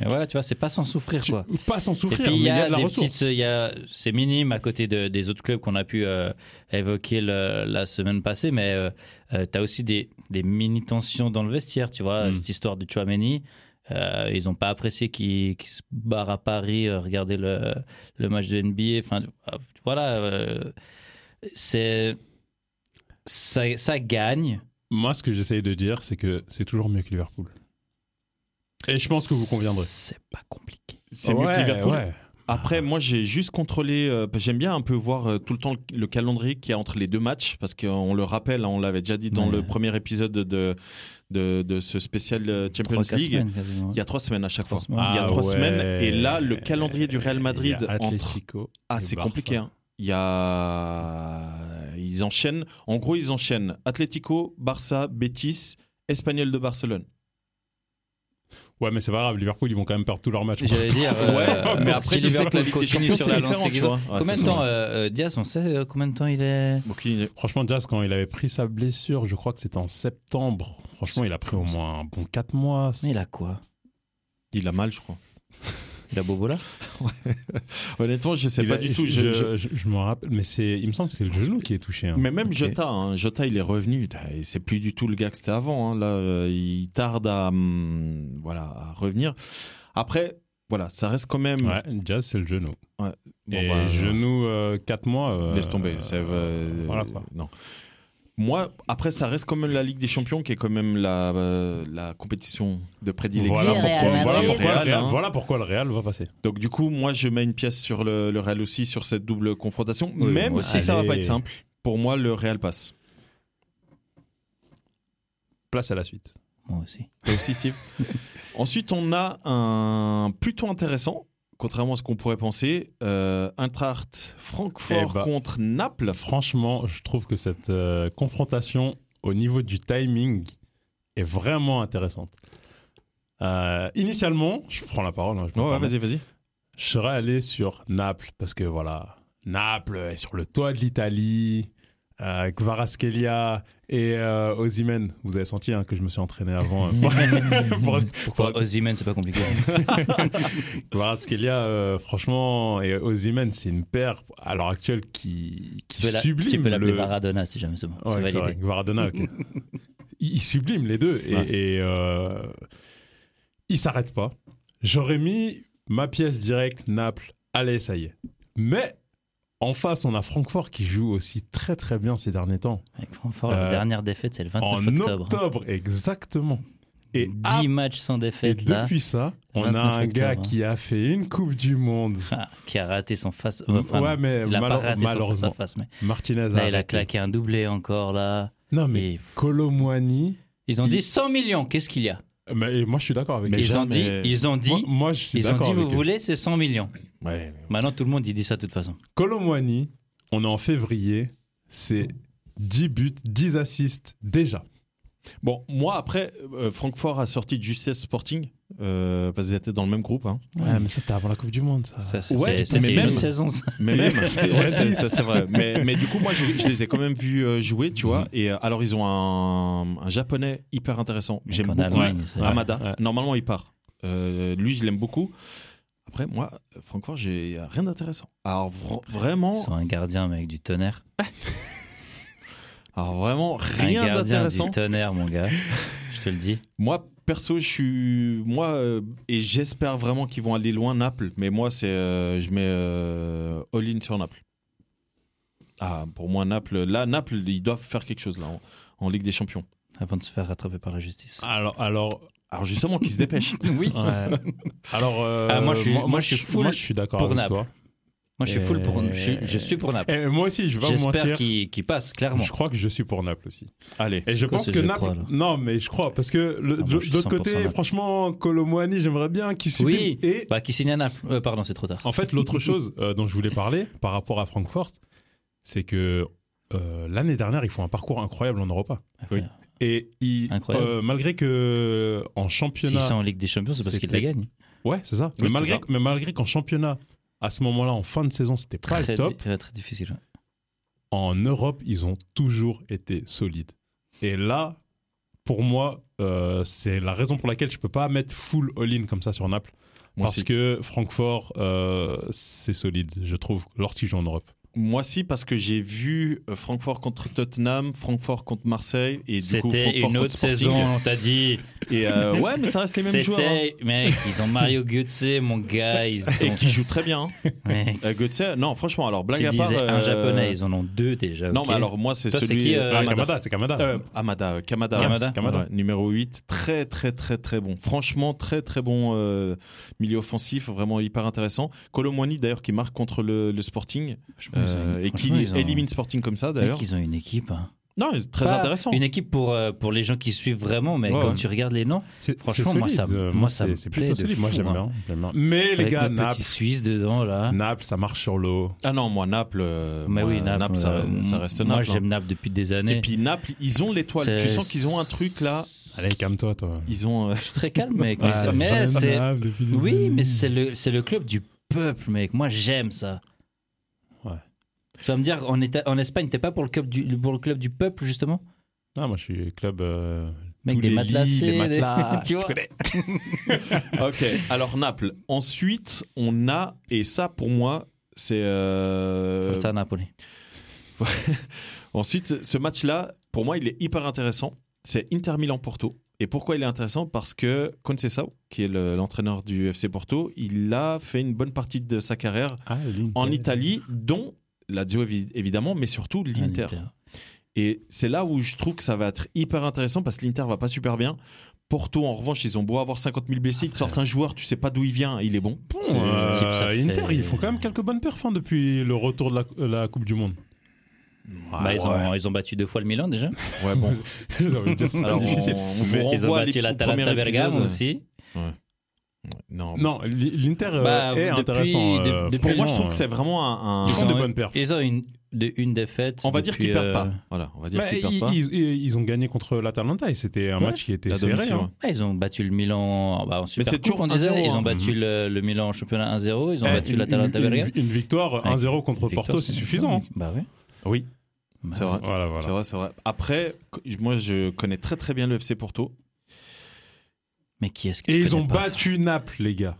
[SPEAKER 2] Mais voilà, tu vois, c'est pas sans souffrir
[SPEAKER 3] tu-
[SPEAKER 2] quoi.
[SPEAKER 3] pas sans
[SPEAKER 2] Et
[SPEAKER 3] souffrir,
[SPEAKER 2] puis
[SPEAKER 3] mais
[SPEAKER 2] il y a
[SPEAKER 3] de la
[SPEAKER 2] des
[SPEAKER 3] ressource.
[SPEAKER 2] petites, euh, il y a, c'est minime à côté de- des autres clubs qu'on a pu euh, évoquer le- la semaine passée, mais euh, euh, t'as aussi des, des mini tensions dans le vestiaire, tu vois,
[SPEAKER 3] Mm.
[SPEAKER 2] cette histoire de Chouameni. euh, ils n'ont pas apprécié qu'il qu'il se barre à Paris, euh, regarder le, le match de NBA. Enfin, euh, voilà, euh, c'est ça, ça gagne.
[SPEAKER 3] Moi, ce que j'essaye de dire, c'est que c'est toujours mieux que Liverpool. Et je pense que vous conviendrez.
[SPEAKER 2] C'est pas compliqué.
[SPEAKER 1] C'est mieux que
[SPEAKER 3] Ouais,
[SPEAKER 1] Liverpool.
[SPEAKER 3] ouais.
[SPEAKER 1] Après, moi, j'ai juste contrôlé. euh, parce que J'aime bien un peu voir euh, tout le temps le, le calendrier qu'il y a entre les deux matchs, parce qu'on le rappelle, hein, on l'avait déjà dit dans
[SPEAKER 2] Ouais.
[SPEAKER 1] le premier épisode de, de, de ce spécial euh, Champions
[SPEAKER 2] Trois, quatre
[SPEAKER 1] League.
[SPEAKER 2] semaines, quasiment.
[SPEAKER 1] Il y a trois semaines à chaque fois.
[SPEAKER 2] Trois semaines.
[SPEAKER 1] il y a
[SPEAKER 3] Ah
[SPEAKER 1] trois
[SPEAKER 3] ouais.
[SPEAKER 1] semaines. Et là, le calendrier du Real Madrid
[SPEAKER 3] Il y a
[SPEAKER 1] entre.
[SPEAKER 3] Atlético.
[SPEAKER 1] Ah,
[SPEAKER 3] et
[SPEAKER 1] c'est
[SPEAKER 3] Barça.
[SPEAKER 1] compliqué. hein. Il y a. Ils enchaînent. En gros, ils enchaînent Atlético, Barça, Betis, Espagnol de Barcelone.
[SPEAKER 3] Ouais, mais c'est pas grave. Liverpool, ils vont quand même perdre tous leurs matchs.
[SPEAKER 2] J'allais dire, euh,
[SPEAKER 1] Ouais, Oh, mais après,
[SPEAKER 2] si
[SPEAKER 1] tu sais que la
[SPEAKER 2] Liverpool
[SPEAKER 1] Ligue des
[SPEAKER 2] continue
[SPEAKER 1] Champions,
[SPEAKER 2] sur
[SPEAKER 1] c'est
[SPEAKER 2] la
[SPEAKER 1] différent,
[SPEAKER 2] lancée qu'ils
[SPEAKER 1] tu
[SPEAKER 2] ont.
[SPEAKER 1] vois. Ouais,
[SPEAKER 2] Combien
[SPEAKER 1] c'est
[SPEAKER 2] de temps,
[SPEAKER 1] ça.
[SPEAKER 2] euh, euh, Diaz, on sait euh, combien de temps il est
[SPEAKER 1] Aucune idée.
[SPEAKER 3] Franchement, Jazz, quand il avait pris sa blessure, je crois que c'était en septembre. Franchement, il a pris au moins un bon 4 mois.
[SPEAKER 2] Mais Il a quoi
[SPEAKER 1] Il a mal, je crois.
[SPEAKER 2] Il a Bobola
[SPEAKER 1] Honnêtement, je sais
[SPEAKER 3] Il
[SPEAKER 1] pas
[SPEAKER 3] a-
[SPEAKER 1] du tout. Je-
[SPEAKER 3] Je,
[SPEAKER 1] je-
[SPEAKER 3] je- je m'en rappelle. Mais c'est, il me semble que c'est le genou qui est touché. hein.
[SPEAKER 1] Mais même
[SPEAKER 3] Ok.
[SPEAKER 1] Jota, hein, Jota, il est revenu. T'as- et C'est plus du tout le gars que c'était avant. hein. Là, euh, il tarde à, hum, voilà, à revenir. Après, voilà, ça reste quand même.
[SPEAKER 3] Ouais, Jazz, c'est le genou.
[SPEAKER 1] Bon,
[SPEAKER 3] Et
[SPEAKER 1] bah,
[SPEAKER 3] genou 4 mois. euh,
[SPEAKER 1] Laisse tomber. ça va-
[SPEAKER 3] euh, voilà quoi.
[SPEAKER 1] Non. Moi, après, ça reste quand même la Ligue des Champions qui est quand même la, euh, la compétition de prédilection.
[SPEAKER 3] Voilà
[SPEAKER 4] Dire Real
[SPEAKER 3] pourquoi, voilà,
[SPEAKER 4] Madrid.
[SPEAKER 3] pourquoi le
[SPEAKER 1] Real,
[SPEAKER 3] Real,
[SPEAKER 1] hein.
[SPEAKER 3] voilà pourquoi le Real va passer.
[SPEAKER 1] Donc, du coup, moi, je mets une pièce sur le, le Real aussi, sur cette double confrontation,
[SPEAKER 3] Oui,
[SPEAKER 1] même
[SPEAKER 3] moi
[SPEAKER 1] si
[SPEAKER 3] aussi.
[SPEAKER 1] ça va
[SPEAKER 3] Allez.
[SPEAKER 1] pas être simple. Pour moi, le Real passe.
[SPEAKER 3] Place à la suite.
[SPEAKER 2] Moi aussi.
[SPEAKER 1] Toi aussi, Steve. Ensuite, on a un plutôt intéressant, contrairement à ce qu'on pourrait penser. Euh, Eintracht Francfort
[SPEAKER 3] Eh ben.
[SPEAKER 1] contre Naples.
[SPEAKER 3] Franchement, je trouve que cette euh, confrontation au niveau du timing est vraiment intéressante. Euh, initialement, je prends la parole. hein, je, me
[SPEAKER 1] Ouais, ouais,
[SPEAKER 3] permets.
[SPEAKER 1] vas-y, vas-y.
[SPEAKER 3] Je serais allé sur Naples parce que voilà, Naples est sur le toit de l'Italie. Euh, Kvaratskhelia et euh, Osimhen. Vous avez senti hein, que je me suis entraîné avant. euh, pour- pour-
[SPEAKER 2] Pourquoi Ozyman, c'est pas compliqué.
[SPEAKER 3] Voilà ce qu'il y a, euh, franchement, et Ozyman, c'est une paire à l'heure actuelle qui, qui
[SPEAKER 2] Tu peux la-
[SPEAKER 3] sublime.
[SPEAKER 2] Tu peux l'appeler
[SPEAKER 3] le-
[SPEAKER 2] Varadona si jamais c'est bon.
[SPEAKER 3] Ouais,
[SPEAKER 2] c'est
[SPEAKER 3] c'est
[SPEAKER 2] validé.
[SPEAKER 3] vrai, Varadona, ok. il, il sublime les deux et,
[SPEAKER 1] Ouais.
[SPEAKER 3] et, euh, il s'arrête pas. J'aurais mis ma pièce directe, Naples. Allez, ça y est. Mais en face, on a Francfort qui joue aussi très très bien ces derniers temps.
[SPEAKER 2] Avec Francfort, la
[SPEAKER 3] Euh,
[SPEAKER 2] dernière défaite, c'est le 29
[SPEAKER 3] en
[SPEAKER 2] octobre.
[SPEAKER 3] exactement. Et
[SPEAKER 2] 10
[SPEAKER 3] à
[SPEAKER 2] matchs sans
[SPEAKER 3] et
[SPEAKER 2] défaite, là.
[SPEAKER 3] depuis ça, on a
[SPEAKER 2] 29
[SPEAKER 3] un gars
[SPEAKER 2] octobre, hein.
[SPEAKER 3] qui a fait une Coupe du Monde.
[SPEAKER 2] Ah, qui a raté son face. Enfin,
[SPEAKER 3] ouais, mais
[SPEAKER 2] il a
[SPEAKER 3] malo-
[SPEAKER 2] pas raté son face à
[SPEAKER 3] malheureusement.
[SPEAKER 2] face. Mais...
[SPEAKER 3] Martinez
[SPEAKER 2] Là, il a
[SPEAKER 3] arrêté.
[SPEAKER 2] claqué un doublé encore, là.
[SPEAKER 3] Non, mais
[SPEAKER 2] Et-
[SPEAKER 3] Colomwani.
[SPEAKER 2] Ils ont
[SPEAKER 3] Il-
[SPEAKER 2] dit 100 millions, qu'est-ce qu'il y a
[SPEAKER 3] Mais moi, je suis d'accord avec
[SPEAKER 1] Mais
[SPEAKER 3] lui.
[SPEAKER 2] ils, ont dit,
[SPEAKER 1] jamais-
[SPEAKER 2] ils ont
[SPEAKER 3] Moi,
[SPEAKER 2] dit,
[SPEAKER 3] moi, je suis
[SPEAKER 2] ils ont
[SPEAKER 3] d'accord
[SPEAKER 2] dit
[SPEAKER 3] avec
[SPEAKER 2] vous
[SPEAKER 3] eux.
[SPEAKER 2] voulez, c'est 100 millions.
[SPEAKER 1] Ouais.
[SPEAKER 2] Maintenant, tout le monde, il dit ça de toute façon.
[SPEAKER 3] Kolo Muani, on est en février, c'est 10 buts, 10 assists déjà.
[SPEAKER 1] Bon, moi, après, euh, Francfort a sorti de Justesse Sporting, euh, parce qu'ils étaient dans le même groupe. hein.
[SPEAKER 2] Ouais,
[SPEAKER 3] mais ça, c'était avant la Coupe du Monde. Ça.
[SPEAKER 2] Ça, c'est
[SPEAKER 1] Ah. Ouais,
[SPEAKER 2] c'est- c'est
[SPEAKER 1] mais
[SPEAKER 2] une
[SPEAKER 1] même-
[SPEAKER 2] autre saison, ça.
[SPEAKER 1] Mais
[SPEAKER 3] C'est-
[SPEAKER 1] même,
[SPEAKER 3] c'est
[SPEAKER 1] ouais,
[SPEAKER 3] gentil.
[SPEAKER 1] c'est- ça, c'est vrai. Mais, mais du coup, moi, je, je les ai quand même vus euh, jouer, tu vois. Et euh, alors, ils ont un, un japonais hyper intéressant. que J'aime
[SPEAKER 2] Qu'en
[SPEAKER 1] beaucoup.
[SPEAKER 2] Allemagne, c'est-
[SPEAKER 3] Ouais.
[SPEAKER 1] Amada.
[SPEAKER 3] ouais.
[SPEAKER 1] Normalement, il part. Euh, lui, je l'aime beaucoup. Après, moi, euh, Francfort, j'ai rien d'intéressant. Alors, vr-
[SPEAKER 2] Ils
[SPEAKER 1] vraiment,
[SPEAKER 2] sont un gardien, mais avec du tonnerre.
[SPEAKER 1] alors vraiment,
[SPEAKER 2] un
[SPEAKER 1] rien
[SPEAKER 2] gardien
[SPEAKER 1] d'intéressant.
[SPEAKER 2] du tonnerre, mon gars. Je te le dis.
[SPEAKER 1] Moi, perso, je suis. Moi, euh, et j'espère vraiment qu'ils vont aller loin, Naples. Mais moi, c'est, euh, je mets euh, all-in sur Naples. Ah, pour moi, Naples. Là, Naples, ils doivent faire quelque chose, là, en, en Ligue des Champions.
[SPEAKER 2] Avant de se faire rattraper par la justice.
[SPEAKER 1] Ah,
[SPEAKER 3] Alors, alors,
[SPEAKER 1] Alors, justement, qu'ils se dépêchent.
[SPEAKER 2] oui.
[SPEAKER 3] ouais. alors euh,
[SPEAKER 2] Ah, moi, je suis- moi, je suis full
[SPEAKER 3] moi, je suis d'accord
[SPEAKER 2] pour
[SPEAKER 3] avec
[SPEAKER 2] Naples.
[SPEAKER 3] toi.
[SPEAKER 2] Moi, je suis full pour.
[SPEAKER 3] Euh,
[SPEAKER 2] Je, suis- je suis pour Naples.
[SPEAKER 3] Et
[SPEAKER 1] eh,
[SPEAKER 3] moi aussi, je vais pas vous
[SPEAKER 2] J'espère
[SPEAKER 3] mentir.
[SPEAKER 2] qu'il qu'il passe, clairement.
[SPEAKER 3] Je crois que je suis pour Naples aussi.
[SPEAKER 1] Allez.
[SPEAKER 3] Et je
[SPEAKER 2] quoi
[SPEAKER 3] pense
[SPEAKER 2] ce
[SPEAKER 3] que
[SPEAKER 2] je
[SPEAKER 3] Naples.
[SPEAKER 2] crois, là
[SPEAKER 3] non, mais je crois. Parce que le-
[SPEAKER 2] Ah, moi,
[SPEAKER 3] de
[SPEAKER 2] je suis
[SPEAKER 3] de l'autre
[SPEAKER 2] 100%
[SPEAKER 3] côté,
[SPEAKER 2] Naples.
[SPEAKER 3] franchement, Colomwani, j'aimerais bien qu'il sublime.
[SPEAKER 2] Oui.
[SPEAKER 3] Et
[SPEAKER 2] Bah, qui signe à Naples. Euh, pardon, c'est trop tard.
[SPEAKER 3] En fait, l'autre chose euh, dont je voulais parler par rapport à Francfort, c'est que euh, l'année dernière, ils font un parcours incroyable en Europa.
[SPEAKER 1] Ah,
[SPEAKER 3] Oui. Et ils,
[SPEAKER 2] Incroyable.
[SPEAKER 3] euh, malgré que en
[SPEAKER 2] S'ils
[SPEAKER 3] championnat,
[SPEAKER 2] sont en Ligue des Champions, c'est parce qu'ils la
[SPEAKER 3] C'était
[SPEAKER 2] gagnent.
[SPEAKER 3] ouais, c'est ça.
[SPEAKER 1] Oui,
[SPEAKER 3] mais
[SPEAKER 1] c'est
[SPEAKER 3] malgré,
[SPEAKER 1] ça.
[SPEAKER 3] mais malgré qu'en championnat, à ce moment-là, en fin de saison, c'était pas
[SPEAKER 2] très,
[SPEAKER 3] le top.
[SPEAKER 2] très, très difficile. ouais.
[SPEAKER 3] En Europe, ils ont toujours été solides. Et là, pour moi, euh, c'est la raison pour laquelle je peux pas mettre full all-in comme ça sur Naples,
[SPEAKER 1] Moi
[SPEAKER 3] parce
[SPEAKER 1] aussi.
[SPEAKER 3] que Francfort, euh, c'est solide, je trouve, lorsqu'ils jouent en Europe.
[SPEAKER 1] Moi, si, parce que j'ai vu euh, Francfort contre Tottenham, Francfort contre Marseille. Et du coup,
[SPEAKER 2] C'était
[SPEAKER 1] Francfort
[SPEAKER 2] une
[SPEAKER 1] contre
[SPEAKER 2] autre
[SPEAKER 1] Sporting.
[SPEAKER 2] saison, on t'a dit.
[SPEAKER 1] Et euh, ouais, mais ça reste les mêmes joueurs. hein.
[SPEAKER 2] C'était, mec, ils ont Mario Götze, mon gars. Ils
[SPEAKER 1] Et
[SPEAKER 2] ont.
[SPEAKER 1] qui jouent très bien. hein.
[SPEAKER 2] Mec,
[SPEAKER 1] Euh, Götze, non, franchement, alors blague
[SPEAKER 2] tu
[SPEAKER 1] à part.
[SPEAKER 2] disais un
[SPEAKER 1] euh,
[SPEAKER 2] japonais, ils en ont deux déjà.
[SPEAKER 1] Non,
[SPEAKER 2] ok.
[SPEAKER 1] mais alors moi, c'est
[SPEAKER 2] Toi, c'est
[SPEAKER 1] celui.
[SPEAKER 2] qui, euh,
[SPEAKER 3] Ah,
[SPEAKER 1] Amada.
[SPEAKER 3] Kamada, c'est Kamada.
[SPEAKER 1] Euh, Amada, euh, Kamada.
[SPEAKER 2] Kamada.
[SPEAKER 3] Kamada.
[SPEAKER 1] Ouais, numéro 8, très très très très bon. Franchement, très très bon euh, milieu offensif, vraiment hyper intéressant. Colomwani d'ailleurs qui marque contre le, le Sporting
[SPEAKER 2] Je pense qu'ils ont
[SPEAKER 1] euh,
[SPEAKER 2] une-
[SPEAKER 1] et qui
[SPEAKER 2] franchement, ils ont-
[SPEAKER 1] élimine Sporting comme ça
[SPEAKER 2] Mec,
[SPEAKER 1] d'ailleurs.
[SPEAKER 2] ils ont une équipe. hein.
[SPEAKER 1] Non, c'est très
[SPEAKER 2] Pas
[SPEAKER 1] intéressant.
[SPEAKER 2] Une équipe pour, euh, pour les gens qui suivent vraiment, mais
[SPEAKER 1] Ouais,
[SPEAKER 2] quand
[SPEAKER 1] ouais.
[SPEAKER 2] tu regardes les noms,
[SPEAKER 3] C'est-
[SPEAKER 2] Franchement,
[SPEAKER 3] c'est
[SPEAKER 2] moi, ça-
[SPEAKER 3] solide.
[SPEAKER 2] Euh, moi, ça
[SPEAKER 3] c'est-
[SPEAKER 2] me
[SPEAKER 3] C'est
[SPEAKER 2] plaît
[SPEAKER 3] plutôt
[SPEAKER 2] de
[SPEAKER 3] solide. Moi,
[SPEAKER 2] fou,
[SPEAKER 3] j'aime
[SPEAKER 2] hein.
[SPEAKER 3] bien, j'aime bien. Mais les
[SPEAKER 2] avec
[SPEAKER 3] gars,
[SPEAKER 2] notre
[SPEAKER 3] Naples,
[SPEAKER 2] petit Suisse dedans, là.
[SPEAKER 3] Naples, ça marche sur l'eau.
[SPEAKER 1] Ah non, moi Naples, euh,
[SPEAKER 2] mais
[SPEAKER 1] moi,
[SPEAKER 2] oui, Naples,
[SPEAKER 1] ça,
[SPEAKER 2] euh,
[SPEAKER 1] ça reste
[SPEAKER 2] Moi,
[SPEAKER 1] Naples. hein.
[SPEAKER 2] j'aime Naples depuis des années.
[SPEAKER 1] Et puis Naples, ils ont l'étoile.
[SPEAKER 2] C'est-
[SPEAKER 1] Tu sens qu'ils ont un truc là.
[SPEAKER 3] Allez, calme-toi, toi.
[SPEAKER 1] Ils ont. euh,
[SPEAKER 2] je suis très calme, mec.
[SPEAKER 3] Ouais,
[SPEAKER 2] mais c'est- mais
[SPEAKER 3] j'aime
[SPEAKER 2] c'est.
[SPEAKER 3] Naples depuis des
[SPEAKER 2] Oui,
[SPEAKER 3] années.
[SPEAKER 2] mais c'est le, c'est le club du peuple, mec. Moi, j'aime ça.
[SPEAKER 3] Ouais.
[SPEAKER 2] Tu vas me dire, en, Éta- en Espagne, t'es pas pour le, club du, pour le club du peuple, justement
[SPEAKER 3] Ah, moi, je suis club. euh,
[SPEAKER 2] Mec,
[SPEAKER 3] tous
[SPEAKER 2] des
[SPEAKER 3] les lits,
[SPEAKER 2] matelassés,
[SPEAKER 3] les
[SPEAKER 2] des-
[SPEAKER 3] matelas.
[SPEAKER 2] tu vois.
[SPEAKER 1] ok. Alors Naples. Ensuite, on a et ça pour moi, c'est. euh,
[SPEAKER 2] Forza Napoli.
[SPEAKER 1] Ensuite, ce match-là, pour moi, il est hyper intéressant. C'est Inter Milan Porto. Et pourquoi il est intéressant Parce que Conceição, qui est le- l'entraîneur du FC Porto, il a fait une bonne partie de sa carrière
[SPEAKER 3] Ah, l'Inter.
[SPEAKER 1] en Italie, dont la Lazio évi- évidemment, mais surtout l'Inter.
[SPEAKER 2] Inter.
[SPEAKER 1] Et c'est là où je trouve que ça va être hyper intéressant parce que l'Inter va pas super bien. Porto, en revanche, ils ont beau avoir 50 000 blessés, ils te sortent un joueur, tu sais pas d'où il vient, il est bon.
[SPEAKER 3] Bon, euh,
[SPEAKER 2] Le type, ça fait-
[SPEAKER 3] Inter, ils font quand même quelques bonnes perfs hein, depuis le retour de la, la Coupe du Monde.
[SPEAKER 2] Bah,
[SPEAKER 1] Ah
[SPEAKER 2] ils,
[SPEAKER 3] ouais.
[SPEAKER 2] ont, ils ont battu deux fois le Milan déjà.
[SPEAKER 1] Ouais, bon.
[SPEAKER 3] J'ai envie de dire, c'est pas
[SPEAKER 1] Alors, on,
[SPEAKER 3] difficile.
[SPEAKER 1] on vous
[SPEAKER 3] Mais
[SPEAKER 1] renvoie
[SPEAKER 2] Ils ont
[SPEAKER 1] les-
[SPEAKER 2] battu la
[SPEAKER 1] au premier
[SPEAKER 2] Talata Bergame
[SPEAKER 1] épisode.
[SPEAKER 2] aussi.
[SPEAKER 1] Non,
[SPEAKER 3] Non, li- l'Inter euh,
[SPEAKER 2] Bah,
[SPEAKER 3] est
[SPEAKER 2] depuis-
[SPEAKER 3] intéressant.
[SPEAKER 2] de-
[SPEAKER 3] euh,
[SPEAKER 2] depuis- Bah,
[SPEAKER 1] Pour moi,
[SPEAKER 3] franchement,
[SPEAKER 1] je trouve que
[SPEAKER 3] euh,
[SPEAKER 1] c'est vraiment un. un-
[SPEAKER 3] Ils font
[SPEAKER 2] ont-
[SPEAKER 3] des bonnes perfs.
[SPEAKER 2] Ils ont une, de, une défaite.
[SPEAKER 1] On va dire
[SPEAKER 2] depuis,
[SPEAKER 1] qu'ils perdent
[SPEAKER 2] euh,
[SPEAKER 1] pas. Voilà, on va dire
[SPEAKER 3] bah,
[SPEAKER 1] qu'ils perdent
[SPEAKER 3] ils,
[SPEAKER 1] pas.
[SPEAKER 3] ils- ils ont gagné contre l'Atalanta et c'était un
[SPEAKER 2] Ouais.
[SPEAKER 3] match qui était
[SPEAKER 1] à
[SPEAKER 3] serré.
[SPEAKER 1] domicile,
[SPEAKER 3] hein.
[SPEAKER 1] ouais.
[SPEAKER 2] ouais, ils ont battu le Milan bah, en super
[SPEAKER 1] c'est toujours
[SPEAKER 2] on disait.
[SPEAKER 1] 1-0,
[SPEAKER 2] Ils ont
[SPEAKER 1] hein.
[SPEAKER 2] battu
[SPEAKER 3] Mhm.
[SPEAKER 2] le, le Milan en championnat 1-0. Ils ont
[SPEAKER 3] Eh,
[SPEAKER 2] battu
[SPEAKER 3] une-
[SPEAKER 2] la Talata
[SPEAKER 3] une-
[SPEAKER 2] Bergame.
[SPEAKER 3] Une, une victoire
[SPEAKER 2] Ouais.
[SPEAKER 3] 1-0 contre
[SPEAKER 2] Victoire,
[SPEAKER 3] Porto, c'est suffisant.
[SPEAKER 2] mec. Bah oui.
[SPEAKER 1] hein. Oui,
[SPEAKER 2] Bah,
[SPEAKER 1] c'est vrai.
[SPEAKER 3] Voilà, voilà.
[SPEAKER 1] C'est vrai, c'est vrai. Après, co- moi, je connais très très bien le FC Porto.
[SPEAKER 2] Mais qui est-ce que
[SPEAKER 3] Et
[SPEAKER 2] tu
[SPEAKER 3] ils
[SPEAKER 2] connais
[SPEAKER 3] ont
[SPEAKER 2] pas,
[SPEAKER 3] battu Naples, les gars.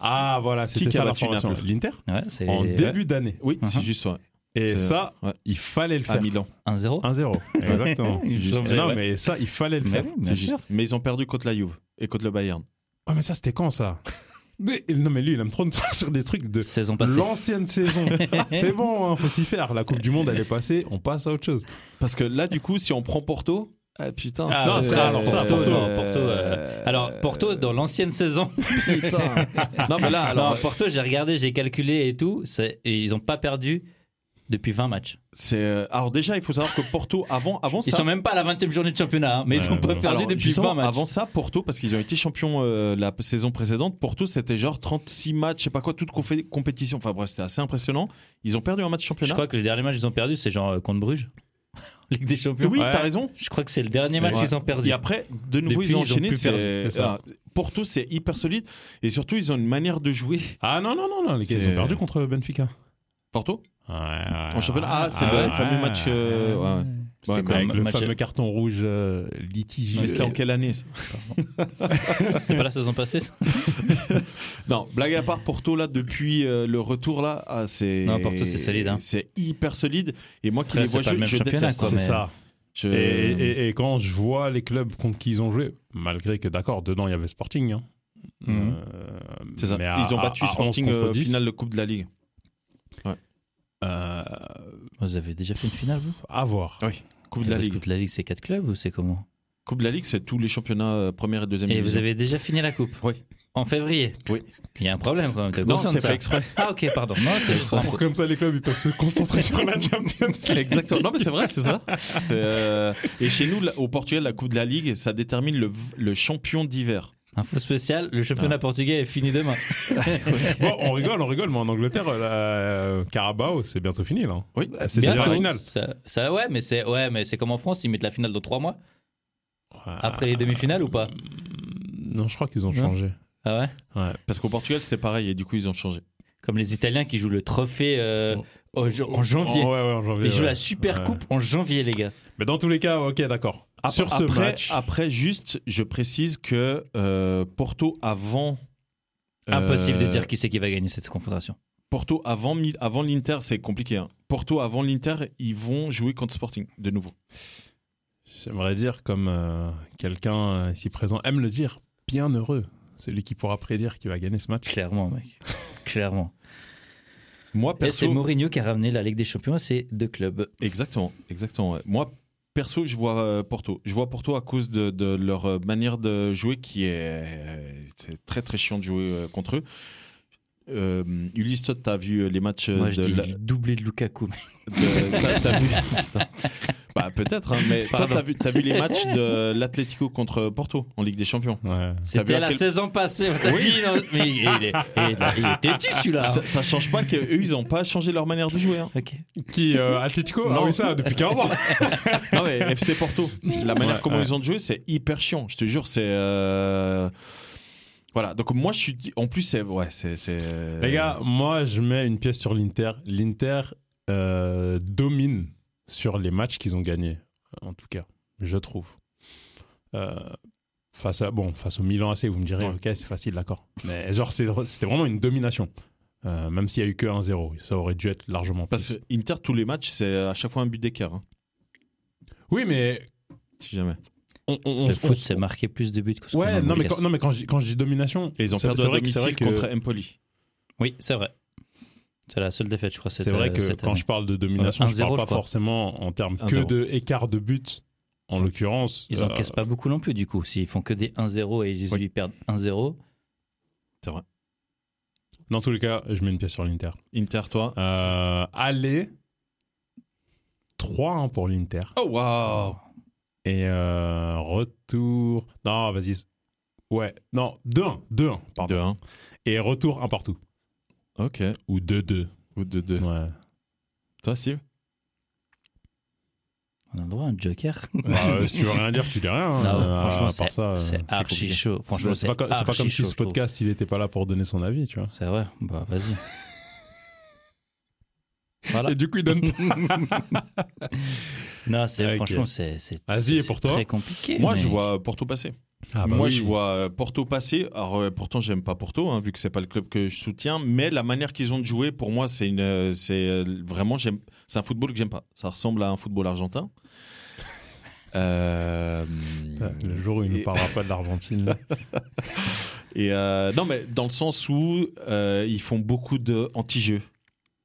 [SPEAKER 3] Ah voilà, c'était
[SPEAKER 1] qui a
[SPEAKER 3] ça
[SPEAKER 1] battu
[SPEAKER 3] l'information.
[SPEAKER 1] Naples
[SPEAKER 3] L'Inter
[SPEAKER 2] toi Ouais, c'est
[SPEAKER 3] en
[SPEAKER 2] ouais,
[SPEAKER 3] début d'année.
[SPEAKER 1] Oui, c'est
[SPEAKER 2] Uh-huh.
[SPEAKER 1] juste ouais.
[SPEAKER 3] Et
[SPEAKER 1] C'est-
[SPEAKER 3] ça,
[SPEAKER 1] ouais.
[SPEAKER 3] il fallait le faire.
[SPEAKER 1] à Milan.
[SPEAKER 2] 1-0.
[SPEAKER 3] 1-0. Exactement.
[SPEAKER 2] Il me
[SPEAKER 3] Juste-
[SPEAKER 2] semblait,
[SPEAKER 3] Non,
[SPEAKER 2] ouais.
[SPEAKER 3] mais ça, il fallait le
[SPEAKER 2] Mais
[SPEAKER 3] faire.
[SPEAKER 2] oui, bien
[SPEAKER 1] C'est
[SPEAKER 2] sûr.
[SPEAKER 1] juste. Mais ils ont perdu contre la Juve et contre le Bayern.
[SPEAKER 3] Ah, mais ça, c'était quand ça Mais- Non, mais lui, il aime trop nous sortir des trucs de
[SPEAKER 2] Saison passée.
[SPEAKER 3] l'ancienne saison. C'est bon, hein, faut s'y faire. La Coupe du Monde, elle est passée, on passe à autre chose.
[SPEAKER 1] Parce que là, du coup, si on prend Porto, ah, putain.
[SPEAKER 2] Ah,
[SPEAKER 3] Non, ça, alors, ça, Porto,
[SPEAKER 2] Porto, euh, Alors, Porto, dans l'ancienne saison.
[SPEAKER 1] putain. non, mais là,
[SPEAKER 2] Alors,
[SPEAKER 1] alors,
[SPEAKER 2] Porto, j'ai regardé, j'ai calculé et tout. c'est- Et ils n'ont pas perdu depuis 20 matchs.
[SPEAKER 1] c'est. euh, Alors déjà, il faut savoir que Porto, avant, avant
[SPEAKER 2] Ils
[SPEAKER 1] ça.
[SPEAKER 2] sont même pas à la 20e journée de championnat, hein, mais ils
[SPEAKER 3] Ouais,
[SPEAKER 2] n'ont pas
[SPEAKER 3] ouais.
[SPEAKER 2] perdu
[SPEAKER 1] Alors,
[SPEAKER 2] depuis
[SPEAKER 1] justement,
[SPEAKER 2] 20 matchs.
[SPEAKER 1] Avant ça, Porto, parce qu'ils ont été champions euh, la p- saison précédente, Porto, c'était genre 36 matchs, je sais pas quoi, toute confé- compétition. Enfin bref, c'était assez impressionnant. Ils ont perdu un match
[SPEAKER 2] Je
[SPEAKER 1] championnat.
[SPEAKER 2] crois que le dernier match qu'ils ont perdu, c'est genre euh, contre Bruges, Ligue des Champions.
[SPEAKER 1] Oui,
[SPEAKER 3] Ouais.
[SPEAKER 1] t'as raison.
[SPEAKER 2] Je crois que c'est le dernier match
[SPEAKER 1] Ouais.
[SPEAKER 2] qu'ils ont perdu.
[SPEAKER 1] Et après, de nouveau,
[SPEAKER 2] Depuis,
[SPEAKER 1] ils ont
[SPEAKER 2] ils ont
[SPEAKER 1] enchaîné.
[SPEAKER 2] plus
[SPEAKER 1] c'est-
[SPEAKER 3] perdu, c'est ça.
[SPEAKER 1] alors, Porto, c'est hyper solide. Et surtout, ils ont une manière de jouer.
[SPEAKER 3] Ah non, non, non, non, les gars, ils
[SPEAKER 1] C'est-
[SPEAKER 3] ont perdu contre Benfica.
[SPEAKER 1] Porto
[SPEAKER 3] Ouais,
[SPEAKER 1] En championnat Ah, c'est
[SPEAKER 2] Ah
[SPEAKER 1] le
[SPEAKER 2] ouais. Ah
[SPEAKER 1] fameux match. euh, ouais.
[SPEAKER 2] C'était
[SPEAKER 1] Ouais,
[SPEAKER 2] quoi,
[SPEAKER 3] Avec
[SPEAKER 2] un
[SPEAKER 3] le
[SPEAKER 2] match-
[SPEAKER 3] fameux carton rouge euh, litigieux.
[SPEAKER 1] Mais euh, c'était en quelle année ça
[SPEAKER 2] C'était pas la saison passée ça
[SPEAKER 1] Non, blague à part, Porto, là, depuis euh, le retour, là, ah, c'est.
[SPEAKER 2] Non, Porto, c'est solide, hein.
[SPEAKER 1] C'est hyper solide. Et moi qui
[SPEAKER 2] Après,
[SPEAKER 1] les vois
[SPEAKER 2] c'est pas
[SPEAKER 1] jouer,
[SPEAKER 2] le même
[SPEAKER 1] je
[SPEAKER 2] championnat,
[SPEAKER 1] déteste.
[SPEAKER 2] quoi,
[SPEAKER 3] C'est
[SPEAKER 2] mais-
[SPEAKER 3] ça.
[SPEAKER 1] Je-
[SPEAKER 3] Et, et- et quand je vois les clubs contre qui ils ont joué, malgré que d'accord, dedans il y avait Sporting. hein.
[SPEAKER 2] Mhm.
[SPEAKER 3] Euh,
[SPEAKER 1] C'est ça.
[SPEAKER 3] mais à-
[SPEAKER 1] Ils ont
[SPEAKER 3] à-
[SPEAKER 1] battu
[SPEAKER 3] à 11
[SPEAKER 1] Sporting
[SPEAKER 3] contre
[SPEAKER 1] euh,
[SPEAKER 3] 10,
[SPEAKER 1] finale de Coupe de la Ligue.
[SPEAKER 3] euh,
[SPEAKER 2] Vous avez déjà fait une finale, vous
[SPEAKER 3] à voir.
[SPEAKER 1] Coupe de la
[SPEAKER 2] Votre
[SPEAKER 1] Ligue.
[SPEAKER 2] Coupe de la Ligue, c'est 4 clubs ou c'est comment
[SPEAKER 1] Coupe de la Ligue, c'est tous les championnats euh, première et deuxième.
[SPEAKER 2] Et vous
[SPEAKER 1] division.
[SPEAKER 2] avez déjà fini la Coupe
[SPEAKER 1] Oui.
[SPEAKER 2] En février
[SPEAKER 1] Oui.
[SPEAKER 2] Il y a un problème quand même, t'es
[SPEAKER 1] Non,
[SPEAKER 2] conscient de
[SPEAKER 1] c'est
[SPEAKER 2] ça
[SPEAKER 1] pas exprès.
[SPEAKER 2] Ah ok, pardon. Non, c'est juste pour
[SPEAKER 3] Ah, Pour comme ça, les clubs ils peuvent se concentrer sur la Champions League.
[SPEAKER 1] Exactement. Non, mais c'est vrai, c'est ça. C'est, euh, Et chez nous, là, au Portugal, la Coupe de la Ligue, ça détermine le, v- le champion d'hiver.
[SPEAKER 2] Info spéciale, le championnat
[SPEAKER 1] Ah.
[SPEAKER 2] portugais est fini demain.
[SPEAKER 3] Bon, on rigole, on rigole, mais en Angleterre, la euh, Carabao, c'est bientôt fini là. hein. Euh,
[SPEAKER 1] Oui,
[SPEAKER 3] c'est déjà la
[SPEAKER 2] Bientôt.
[SPEAKER 3] finale.
[SPEAKER 2] Ça, ça- ouais, mais c'est ouais, mais c'est comme en France, ils mettent la finale dans 3 mois
[SPEAKER 1] Ah.
[SPEAKER 2] après les demi-finales ou pas
[SPEAKER 3] Hmm, Non, je crois qu'ils ont
[SPEAKER 2] Non.
[SPEAKER 3] changé.
[SPEAKER 2] Ah ouais
[SPEAKER 1] Parce qu'au Portugal, c'était pareil et du coup, ils ont changé.
[SPEAKER 2] Comme les Italiens qui jouent le trophée euh, au- en janvier.
[SPEAKER 3] Oh, ouais, ouais, en janvier,
[SPEAKER 2] Ils jouent
[SPEAKER 3] ouais.
[SPEAKER 2] la Super
[SPEAKER 3] Ouais.
[SPEAKER 2] Coupe en janvier, les gars.
[SPEAKER 3] Mais dans tous les cas, ok, d'accord.
[SPEAKER 1] Ap-
[SPEAKER 3] Sur ce
[SPEAKER 1] après,
[SPEAKER 3] match,
[SPEAKER 1] Après, juste, je précise que euh, Porto, avant. euh,
[SPEAKER 2] Impossible de dire qui c'est qui va gagner cette confrontation.
[SPEAKER 1] Porto, avant, Mi- avant l'Inter, c'est compliqué. hein. Porto, avant l'Inter, ils vont jouer contre Sporting, de nouveau.
[SPEAKER 3] J'aimerais dire, comme euh, quelqu'un euh, ici présent aime le dire, bien heureux. Celui qui pourra prédire qui va gagner ce match.
[SPEAKER 2] Clairement, mec. Clairement.
[SPEAKER 1] Moi,
[SPEAKER 2] Et c'est
[SPEAKER 1] perso.
[SPEAKER 2] Mourinho qui a ramené la Ligue des Champions, c'est deux clubs.
[SPEAKER 3] Euh,
[SPEAKER 1] Exactement, exactement. ouais. Moi, perso, je vois euh, Porto. Je vois Porto à cause de, de leur euh, manière de jouer qui est, euh, c'est très très chiant de jouer euh, contre eux. Euh, Ulysse, toi, t'as vu euh, les matchs
[SPEAKER 2] Moi, je
[SPEAKER 1] de,
[SPEAKER 2] dis
[SPEAKER 1] la-
[SPEAKER 2] le doublé de Lukaku. mec.
[SPEAKER 1] de- t'as- t'as vu- Putain. Bah, peut-être, hein, mais toi, t'as vu, t'as vu les matchs de l'Atlético contre Porto en Ligue des Champions.
[SPEAKER 3] Ouais.
[SPEAKER 1] vu à
[SPEAKER 2] C'était la
[SPEAKER 1] quel-
[SPEAKER 2] saison passée. on t'a dit, non, mais il est, il est- il est têtu, celui-là. hein.
[SPEAKER 1] Ça, ça change pas qu'eux, ils ont pas changé leur manière de jouer. hein.
[SPEAKER 2] Ok.
[SPEAKER 3] Qui euh, Atletico
[SPEAKER 1] Non.
[SPEAKER 3] Ah oui, ça, depuis 15 ans.
[SPEAKER 1] Non mais FC Porto, la manière
[SPEAKER 3] Ouais,
[SPEAKER 1] comment
[SPEAKER 3] ouais.
[SPEAKER 1] ils ont joué, c'est hyper chiant. Je te jure, c'est euh, voilà. Donc moi, je suis en plus, c'est ouais, c'est c'est
[SPEAKER 3] Les gars, moi, je mets une pièce sur l'Inter. L'Inter euh, domine sur les matchs qu'ils ont gagnés, en tout cas, je trouve. Euh, face à, bon, face au Milan AC, vous me direz,
[SPEAKER 1] Ouais.
[SPEAKER 3] ok, c'est facile, d'accord. Mais genre, c'est- c'était vraiment une domination. Euh, même s'il n'y a eu que 1-0, ça aurait dû être largement
[SPEAKER 1] parce
[SPEAKER 3] plus.
[SPEAKER 1] que Inter tous les matchs, c'est à chaque fois un but d'écart, hein,
[SPEAKER 3] Oui, mais
[SPEAKER 1] si jamais.
[SPEAKER 3] on, on- on-
[SPEAKER 2] Le foot,
[SPEAKER 3] on-
[SPEAKER 2] c'est marqué plus de buts que ce qu'on a
[SPEAKER 3] Ouais,
[SPEAKER 2] en
[SPEAKER 3] non mais,
[SPEAKER 2] Ligue.
[SPEAKER 3] quand, non, mais quand je, quand je dis domination,
[SPEAKER 1] Et ils ont
[SPEAKER 3] c'est-
[SPEAKER 1] perdu
[SPEAKER 3] c'est
[SPEAKER 1] à
[SPEAKER 3] vrai que- c'est
[SPEAKER 1] domicile
[SPEAKER 3] vrai que-
[SPEAKER 1] contre Empoli.
[SPEAKER 2] Oui, c'est vrai. C'est la seule défaite, je crois.
[SPEAKER 3] C'est
[SPEAKER 2] cette- euh,
[SPEAKER 3] vrai que
[SPEAKER 2] cette
[SPEAKER 3] quand
[SPEAKER 2] année.
[SPEAKER 3] je parle de domination,
[SPEAKER 2] Ouais,
[SPEAKER 3] je parle
[SPEAKER 2] 1-0,
[SPEAKER 3] pas
[SPEAKER 2] je crois.
[SPEAKER 3] forcément en termes que
[SPEAKER 1] 1-0.
[SPEAKER 3] de écart de but. En l'occurrence,
[SPEAKER 2] Ils
[SPEAKER 3] euh,
[SPEAKER 2] encaissent pas beaucoup non plus, du coup. S'ils font que des 1-0 et ils
[SPEAKER 3] Oui.
[SPEAKER 2] ils perdent 1-0,
[SPEAKER 3] Dans tous les cas, je mets une pièce sur l'Inter.
[SPEAKER 1] Inter, toi.
[SPEAKER 3] Euh, aller 3-1 pour l'Inter.
[SPEAKER 1] Oh waouh.
[SPEAKER 3] Et euh, retour. Non, vas-y. Ouais, non, 2-1. 2-1, pardon.
[SPEAKER 1] 2-1.
[SPEAKER 3] Et retour un partout.
[SPEAKER 1] Ok.
[SPEAKER 3] Ou 2-2.
[SPEAKER 1] Ou 2-2.
[SPEAKER 3] Ouais.
[SPEAKER 1] Toi, Steve.
[SPEAKER 2] on a le droit à un joker.
[SPEAKER 3] Bah, euh, si tu veux rien dire, tu dis rien. hein.
[SPEAKER 2] Non,
[SPEAKER 3] Euh,
[SPEAKER 2] franchement,
[SPEAKER 3] à part ça, euh,
[SPEAKER 2] c'est archi
[SPEAKER 3] compliqué.
[SPEAKER 2] chaud. Franchement,
[SPEAKER 3] c'est pas, co- c'est pas
[SPEAKER 2] archi
[SPEAKER 3] comme si
[SPEAKER 2] chaud,
[SPEAKER 3] ce
[SPEAKER 2] je trouve.
[SPEAKER 3] podcast, il était pas là pour donner son avis, tu vois.
[SPEAKER 2] C'est vrai. Bah, vas-y. voilà.
[SPEAKER 3] Et du coup, il donne.
[SPEAKER 2] Non, c'est
[SPEAKER 3] Ok.
[SPEAKER 2] franchement, c'est c'est-
[SPEAKER 3] Vas-y, et
[SPEAKER 2] c'est
[SPEAKER 3] pour toi
[SPEAKER 2] très compliqué.
[SPEAKER 1] Moi,
[SPEAKER 2] mais-
[SPEAKER 1] je vois Porto passer.
[SPEAKER 3] Ah, bah
[SPEAKER 1] Moi,
[SPEAKER 3] oui.
[SPEAKER 1] je vois euh, Porto passer. Alors, euh, pourtant, j'aime pas Porto, hein, vu que c'est pas le club que je soutiens. Mais la manière qu'ils ont de jouer, pour moi, c'est une, euh, c'est euh, vraiment, j'aime, c'est un football que j'aime pas. Ça ressemble à un football argentin. Euh,
[SPEAKER 3] Le jour où il ne
[SPEAKER 1] Et-
[SPEAKER 3] parlera pas de l'Argentine.
[SPEAKER 1] et euh, non, mais dans le sens où euh, ils font beaucoup de anti-jeux.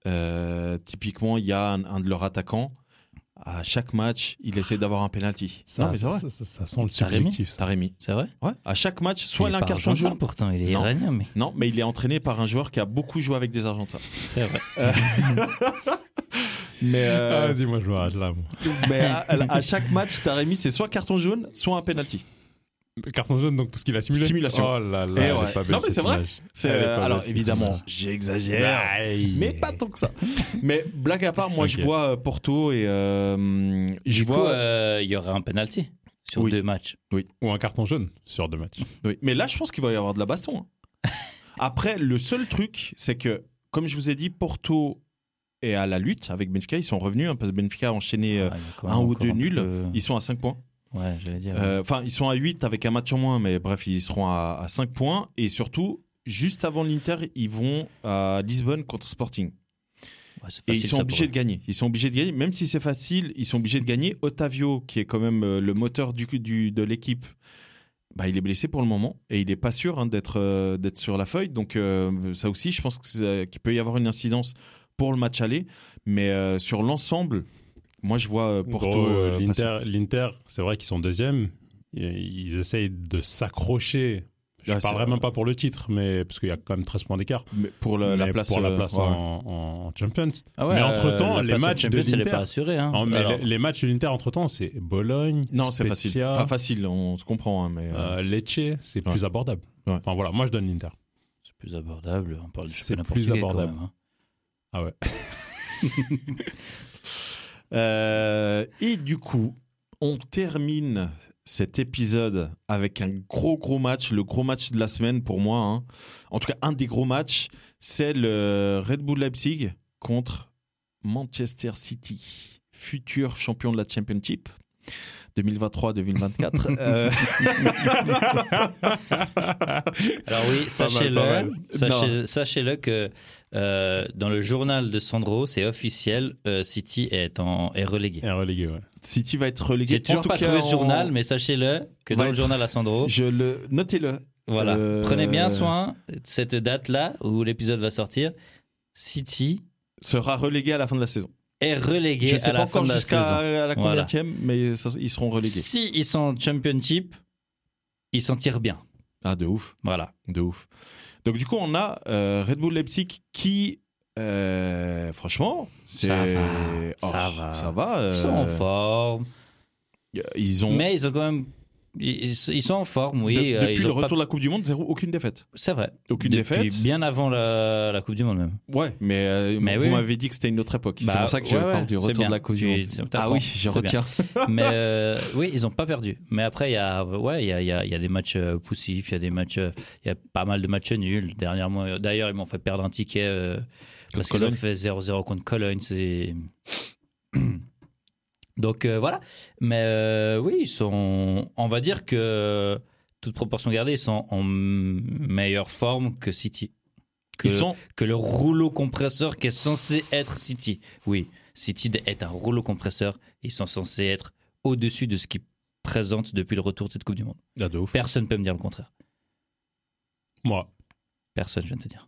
[SPEAKER 1] Euh, typiquement, il y a un, un de leurs attaquants. À chaque match, il essaie d'avoir un penalty.
[SPEAKER 3] ça,
[SPEAKER 1] non, mais c'est
[SPEAKER 3] ça,
[SPEAKER 1] vrai.
[SPEAKER 3] ça- ça- ça sent le
[SPEAKER 2] T'as Rémi
[SPEAKER 3] subjectif. ça.
[SPEAKER 1] T'as Rémi.
[SPEAKER 2] C'est vrai.
[SPEAKER 1] Ouais. À chaque match, soit
[SPEAKER 2] Il
[SPEAKER 1] il a
[SPEAKER 2] est
[SPEAKER 1] un
[SPEAKER 2] pas
[SPEAKER 1] carton
[SPEAKER 2] argentin,
[SPEAKER 1] jaune.
[SPEAKER 2] pourtant, il est
[SPEAKER 1] Non.
[SPEAKER 2] iranien, mais
[SPEAKER 1] Non, mais il est entraîné par un joueur qui a beaucoup joué avec des Argentins.
[SPEAKER 2] c'est vrai.
[SPEAKER 1] Mais, euh,
[SPEAKER 3] Ah, Vas-y, moi, je vois là. moi.
[SPEAKER 1] mais à, à- à chaque match, Taremi, c'est soit carton jaune, soit un penalty.
[SPEAKER 3] Carton jaune, donc, parce qu'il a simulé.
[SPEAKER 1] Simulation.
[SPEAKER 3] Oh là là.
[SPEAKER 1] Et
[SPEAKER 3] elle
[SPEAKER 1] ouais.
[SPEAKER 3] est pas belle,
[SPEAKER 1] Non, mais
[SPEAKER 3] cette
[SPEAKER 1] c'est vrai.
[SPEAKER 3] image.
[SPEAKER 1] C'est,
[SPEAKER 3] Elle est
[SPEAKER 1] euh,
[SPEAKER 3] Ah pas
[SPEAKER 1] alors
[SPEAKER 3] bête, cette
[SPEAKER 1] évidemment,
[SPEAKER 3] image.
[SPEAKER 1] j'exagère,
[SPEAKER 3] Aïe.
[SPEAKER 1] mais pas tant que ça. Mais blague à part, moi je
[SPEAKER 3] Ok.
[SPEAKER 1] vois euh, Porto et euh, je
[SPEAKER 2] Du coup,
[SPEAKER 1] vois.
[SPEAKER 2] euh, il y aura un penalty sur
[SPEAKER 1] Oui.
[SPEAKER 2] deux matchs.
[SPEAKER 3] Ou un carton jaune sur deux matchs.
[SPEAKER 1] oui. Mais là, je pense qu'il va y avoir de la baston. hein. Après, le seul truc, c'est que, comme je vous ai dit, Porto est à la lutte avec Benfica. Ils sont revenus hein, parce que Benfica a enchaîné. euh,
[SPEAKER 2] Ah, il y a quand
[SPEAKER 1] un
[SPEAKER 2] même
[SPEAKER 1] ou
[SPEAKER 2] encore
[SPEAKER 1] deux
[SPEAKER 2] un
[SPEAKER 1] nuls,
[SPEAKER 2] peu-
[SPEAKER 1] ils sont à 5 points.
[SPEAKER 2] Ouais, j'allais dire.
[SPEAKER 1] Euh, Enfin, ils sont à 8 avec un match en moins, mais bref, ils seront à, 5 points. Et surtout, juste avant l'Inter, ils vont à Lisbonne contre Sporting.
[SPEAKER 2] Ouais, c'est
[SPEAKER 1] Et
[SPEAKER 2] facile,
[SPEAKER 1] ils sont
[SPEAKER 2] ça,
[SPEAKER 1] obligés
[SPEAKER 2] pour
[SPEAKER 1] de gagner. Ils sont obligés de gagner, même si c'est facile, ils sont obligés de gagner. Otavio, qui est quand même euh, le moteur du, du- de l'équipe, bah, il est blessé pour le moment et il n'est pas sûr hein, d'être euh, d'être sur la feuille. Donc euh, ça aussi, je pense que c'est- qu'il peut y avoir une incidence pour le match aller. Mais euh, sur l'ensemble, moi je vois euh, Porto.
[SPEAKER 3] Gros,
[SPEAKER 1] euh, passer.
[SPEAKER 3] l'Inter, l'Inter, c'est vrai qu'ils sont deuxième. Ils, ils essayent de s'accrocher. Je
[SPEAKER 1] Ouais, c'est-
[SPEAKER 3] parlerai même pas pour le titre, mais parce qu'il y a quand même 13 points d'écart.
[SPEAKER 1] Mais pour la, la
[SPEAKER 3] Mais
[SPEAKER 1] place,
[SPEAKER 3] pour la
[SPEAKER 1] euh,
[SPEAKER 3] place
[SPEAKER 1] ouais, ouais.
[SPEAKER 3] en, en Champions.
[SPEAKER 2] Ah ouais,
[SPEAKER 3] mais entre-temps,
[SPEAKER 2] euh, la
[SPEAKER 3] les
[SPEAKER 2] place en
[SPEAKER 3] matchs de
[SPEAKER 2] Champions, elle est
[SPEAKER 3] l'Inter-
[SPEAKER 2] pas assurée. Hein.
[SPEAKER 3] Non, mais
[SPEAKER 2] Alors,
[SPEAKER 3] les, les matchs de l'Inter entre temps, c'est Bologne,
[SPEAKER 1] Euh, Non, c'est
[SPEAKER 3] Spezia,
[SPEAKER 1] facile. Enfin, facile, on se comprend. hein, mais, euh,
[SPEAKER 3] euh, Lecce, c'est
[SPEAKER 1] Ouais.
[SPEAKER 3] plus abordable.
[SPEAKER 1] Ouais.
[SPEAKER 3] Enfin voilà, moi je donne l'Inter.
[SPEAKER 2] C'est plus abordable. On parle du
[SPEAKER 3] C'est
[SPEAKER 2] championnat
[SPEAKER 3] plus
[SPEAKER 2] portugais, quand
[SPEAKER 3] abordable.
[SPEAKER 2] même, hein.
[SPEAKER 3] Ah
[SPEAKER 1] euh, et du coup, on termine cet épisode avec un gros, gros match. Le gros match de la semaine pour moi. hein. En tout cas, un des gros matchs, c'est le Red Bull Leipzig contre Manchester City, futur champion de la Championship. 2023-2024. Euh,
[SPEAKER 2] Alors oui,
[SPEAKER 3] mal.
[SPEAKER 2] sachez-le, sachez, sachez-le que euh, dans le journal de Sandro, c'est officiel, euh, City est, en, est relégué.
[SPEAKER 3] Et relégué, ouais.
[SPEAKER 1] City va être relégué.
[SPEAKER 2] J'ai
[SPEAKER 1] En
[SPEAKER 2] toujours
[SPEAKER 1] tout
[SPEAKER 2] pas
[SPEAKER 1] cas,
[SPEAKER 2] trouvé ce
[SPEAKER 1] en-
[SPEAKER 2] journal, mais sachez-le que dans
[SPEAKER 1] va
[SPEAKER 2] le
[SPEAKER 1] être-
[SPEAKER 2] journal à Sandro,
[SPEAKER 1] Je le notez-le.
[SPEAKER 2] voilà,
[SPEAKER 1] Euh,
[SPEAKER 2] prenez bien soin cette date-là où l'épisode va sortir. City
[SPEAKER 1] Sera relégué à la fin de la saison.
[SPEAKER 2] est relégué
[SPEAKER 1] je sais
[SPEAKER 2] à la
[SPEAKER 1] pas
[SPEAKER 2] fin
[SPEAKER 1] encore
[SPEAKER 2] de la
[SPEAKER 1] jusqu'à
[SPEAKER 2] saison.
[SPEAKER 1] à la
[SPEAKER 2] Voilà.
[SPEAKER 1] combienième, mais ça- ils seront relégués.
[SPEAKER 2] Si ils sont en championship, ils s'en tirent bien.
[SPEAKER 1] Ah de ouf,
[SPEAKER 2] Voilà.
[SPEAKER 1] de ouf. Donc du coup on a euh, Red Bull Leipzig qui euh, franchement c'est
[SPEAKER 2] Ça va,
[SPEAKER 1] Oh,
[SPEAKER 2] ça va.
[SPEAKER 1] ça va, euh,
[SPEAKER 2] Ils sont en forme,
[SPEAKER 1] ils ont
[SPEAKER 2] mais ils ont quand même. Ils, ils sont en forme, oui.
[SPEAKER 1] de-
[SPEAKER 2] euh,
[SPEAKER 1] depuis
[SPEAKER 2] ils
[SPEAKER 1] le
[SPEAKER 2] ont pas-
[SPEAKER 1] retour de la Coupe du Monde zéro aucune défaite.
[SPEAKER 2] C'est vrai.
[SPEAKER 1] Aucune
[SPEAKER 2] Depuis
[SPEAKER 1] défaite.
[SPEAKER 2] Bien avant la, la Coupe du Monde même.
[SPEAKER 1] Ouais, mais, euh,
[SPEAKER 2] Mais
[SPEAKER 1] vous
[SPEAKER 2] oui.
[SPEAKER 1] m'avez dit que c'était une autre époque. c'est
[SPEAKER 2] Bah,
[SPEAKER 1] pour ça que je
[SPEAKER 2] ouais,
[SPEAKER 1] parle
[SPEAKER 2] ouais,
[SPEAKER 1] du
[SPEAKER 2] c'est
[SPEAKER 1] retour
[SPEAKER 2] bien.
[SPEAKER 1] de la Coupe du
[SPEAKER 2] Tu-
[SPEAKER 1] Monde.
[SPEAKER 2] tu- t'apprends.
[SPEAKER 1] Ah oui, je
[SPEAKER 2] C'est bien.
[SPEAKER 1] retiens.
[SPEAKER 2] Mais euh, oui, ils n'ont pas perdu. Mais après, il y a, ouais, il y a, il y a- il y a des matchs euh, poussifs, il y a des matchs, euh, il y a pas mal de matchs nuls. Dernièrement, euh, d'ailleurs, ils m'ont fait perdre un ticket euh, parce qu'ils ont
[SPEAKER 1] Cologne.
[SPEAKER 2] fait 0-0 contre Cologne. C'est donc euh, voilà. Mais euh, oui, ils sont. On va dire que euh, toute proportion gardée, ils sont en meilleure forme que City. Que-
[SPEAKER 1] Ils sont
[SPEAKER 2] que le rouleau compresseur qui est censé être City. Oui, City est un rouleau compresseur. Ils sont censés être au-dessus de ce qu'ils présentent depuis le retour de cette Coupe du Monde.
[SPEAKER 1] Ah, de ouf.
[SPEAKER 2] Personne ne peut me dire le contraire.
[SPEAKER 3] Moi.
[SPEAKER 2] Personne, je viens de te dire.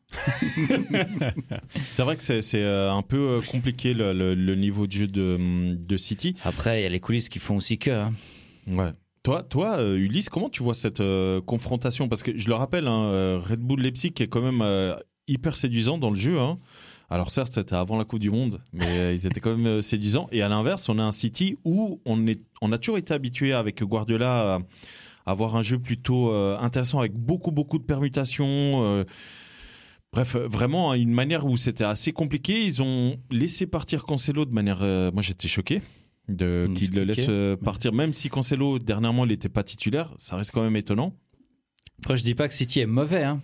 [SPEAKER 1] C'est vrai que c'est c'est, euh, un peu euh, compliqué le, le- le niveau de jeu de, de City.
[SPEAKER 2] Après, il y a les coulisses qui font aussi que. hein.
[SPEAKER 1] Ouais. Toi, toi euh, Ulysse, comment tu vois cette euh, confrontation Parce que je le rappelle, hein, euh, Red Bull Leipzig est quand même euh, hyper séduisant dans le jeu. hein. Alors certes, c'était avant la Coupe du Monde, mais euh, ils étaient quand même euh, séduisants. Et à l'inverse, on a un City où on, est, on a toujours été habitué avec Guardiola à avoir un jeu plutôt euh, intéressant avec beaucoup, beaucoup de permutations. euh, Bref, euh, vraiment, hein, une manière où c'était assez compliqué. Ils ont laissé partir Cancelo de manière. euh, moi, j'étais choqué de qu'ils le
[SPEAKER 2] Expliqué.
[SPEAKER 1] laissent euh, partir. Même si Cancelo, dernièrement, il n'était pas titulaire, ça reste quand même étonnant.
[SPEAKER 2] Après, je dis pas que City est mauvais. hein.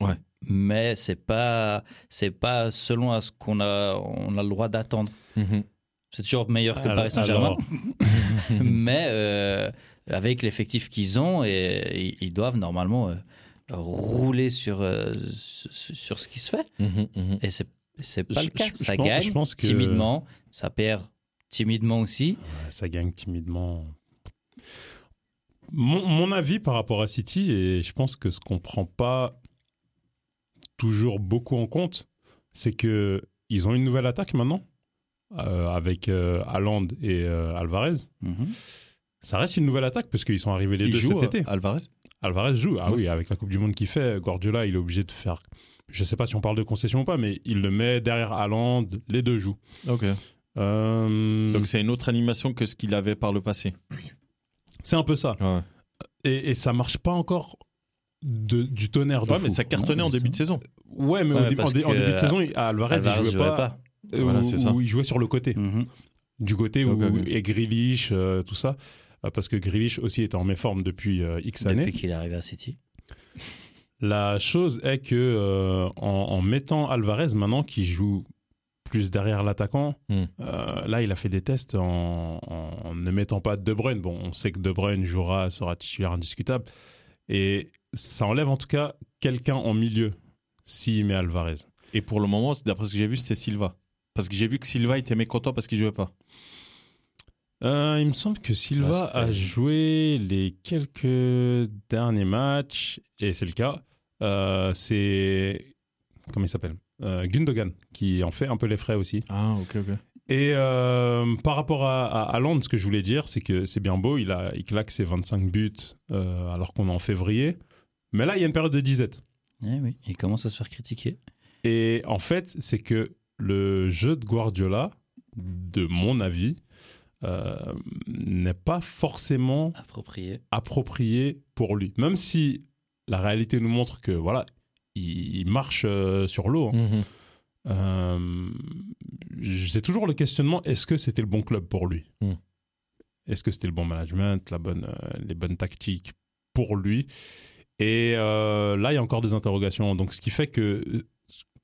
[SPEAKER 1] Ouais.
[SPEAKER 2] Mais c'est pas, c'est pas selon à ce qu'on a, on a le droit d'attendre.
[SPEAKER 3] Mhm.
[SPEAKER 2] C'est toujours meilleur que le Paris Saint-Germain.
[SPEAKER 3] Alors,
[SPEAKER 2] mais euh, avec l'effectif qu'ils ont, et, ils- ils doivent normalement euh, rouler sur, euh, sur sur ce qui se fait.
[SPEAKER 3] Mhm.
[SPEAKER 2] Et c'est c'est pas
[SPEAKER 3] Je-
[SPEAKER 2] le cas.
[SPEAKER 3] je- je
[SPEAKER 2] ça
[SPEAKER 3] pense-
[SPEAKER 2] gagne
[SPEAKER 3] je pense que-
[SPEAKER 2] timidement, ça perd timidement aussi.
[SPEAKER 3] ouais, euh, ça gagne timidement. Mon, mon avis par rapport à City, et je pense que ce qu'on prend pas toujours beaucoup en compte, c'est que ils ont une nouvelle attaque maintenant euh, avec euh, Haaland et euh, Alvarez.
[SPEAKER 2] Mhm.
[SPEAKER 3] Ça reste une nouvelle attaque parce qu'ils sont arrivés les
[SPEAKER 1] Il
[SPEAKER 3] deux
[SPEAKER 1] joue
[SPEAKER 3] cet été.
[SPEAKER 1] euh, Alvarez
[SPEAKER 3] Alvarez joue. Ah oui, avec la Coupe du Monde qu'il fait, Guardiola, il est obligé de faire. Je sais pas si on parle de concession ou pas, mais il le met derrière Haaland, les deux jouent.
[SPEAKER 1] Ok.
[SPEAKER 3] Euh,
[SPEAKER 1] Donc c'est une autre animation que ce qu'il avait par le passé.
[SPEAKER 3] c'est un peu ça.
[SPEAKER 1] Ouais,
[SPEAKER 3] Et, et ça marche pas encore de- du tonnerre de
[SPEAKER 1] mais
[SPEAKER 3] fou.
[SPEAKER 1] ça cartonnait
[SPEAKER 2] Non,
[SPEAKER 1] en début de
[SPEAKER 2] putain.
[SPEAKER 1] saison.
[SPEAKER 3] Ouais, mais
[SPEAKER 2] Ouais,
[SPEAKER 3] au dé- en,
[SPEAKER 2] parce
[SPEAKER 3] dé- en
[SPEAKER 2] que
[SPEAKER 3] début de saison, il- Alvarez,
[SPEAKER 2] Alvarez
[SPEAKER 3] il jouait pas. euh,
[SPEAKER 1] Voilà,
[SPEAKER 3] où-
[SPEAKER 1] c'est ça.
[SPEAKER 3] où il jouait sur le côté.
[SPEAKER 2] Mhm.
[SPEAKER 3] Du côté
[SPEAKER 1] Ok,
[SPEAKER 3] où
[SPEAKER 1] ok.
[SPEAKER 3] et Grealish, euh, tout ça. Euh, Parce que Grealish aussi était en méforme depuis euh, X années.
[SPEAKER 2] depuis qu'il est arrivé à City.
[SPEAKER 3] La chose est que euh, en, en mettant Alvarez maintenant qui joue plus derrière l'attaquant,
[SPEAKER 1] Hmm.
[SPEAKER 3] euh, là il a fait des tests en, en- en ne mettant pas De Bruyne. Bon, on sait que De Bruyne jouera, sera titulaire indiscutable, et ça enlève en tout cas quelqu'un en milieu s'il met Alvarez.
[SPEAKER 1] Et pour le moment, c'est- d'après ce que j'ai vu, c'était Silva. Parce que j'ai vu que Silva était mécontent parce qu'il jouait pas.
[SPEAKER 3] Euh, il me semble que Silva
[SPEAKER 1] Ouais, ça fait-
[SPEAKER 3] a joué les quelques derniers matchs, et c'est le cas. Euh, c'est. Comment il s'appelle Euh, Gundogan, qui en fait un peu les frais aussi.
[SPEAKER 1] Ah, ok, ok.
[SPEAKER 3] Et euh, par rapport à, à Haaland, ce que je voulais dire, c'est que c'est bien beau, il, a, il claque ses 25 buts euh, alors qu'on est en février. Mais là, il y a une période de disette.
[SPEAKER 2] Eh oui, il commence à se faire critiquer.
[SPEAKER 3] Et en fait, c'est que le jeu de Guardiola, de mon avis, euh, n'est pas forcément
[SPEAKER 2] Approprié.
[SPEAKER 3] approprié pour lui. Même si la réalité nous montre que, voilà, il, il marche euh, sur l'eau. hein.
[SPEAKER 1] Mm. Mhm,
[SPEAKER 3] Euh, j'ai toujours le questionnement est-ce que c'était le bon club pour lui
[SPEAKER 1] Hmm.
[SPEAKER 3] Est-ce que c'était le bon management, la bonne, euh, les bonnes tactiques pour lui Et euh, là, il y a encore des interrogations. Donc, ce qui fait que, euh,